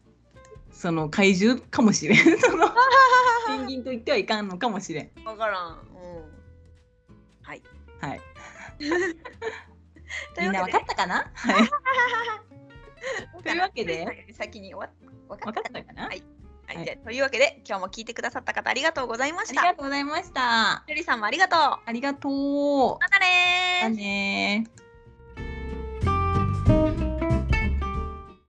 B: その怪獣かもしれん そのペンギンと言ってはいかんのかもしれん
A: 分からん。うん。はい。
B: はい
A: とい
B: み
A: うん
B: な
A: わけ
B: 分か
A: で
B: っ、たかなはい
A: わ
B: というわ けで
A: 先に終わわか
B: 分
A: っ
B: か
A: た
B: っ。たかな、
A: はいはい
B: はい
A: じゃあというわけで、今日も聞いてくださった方ありがとうございま
B: あ
A: し
B: り
A: た。
B: がとうございました
A: ゆりさんもありがとう。ま
B: ありがとう
A: たねー
B: だねー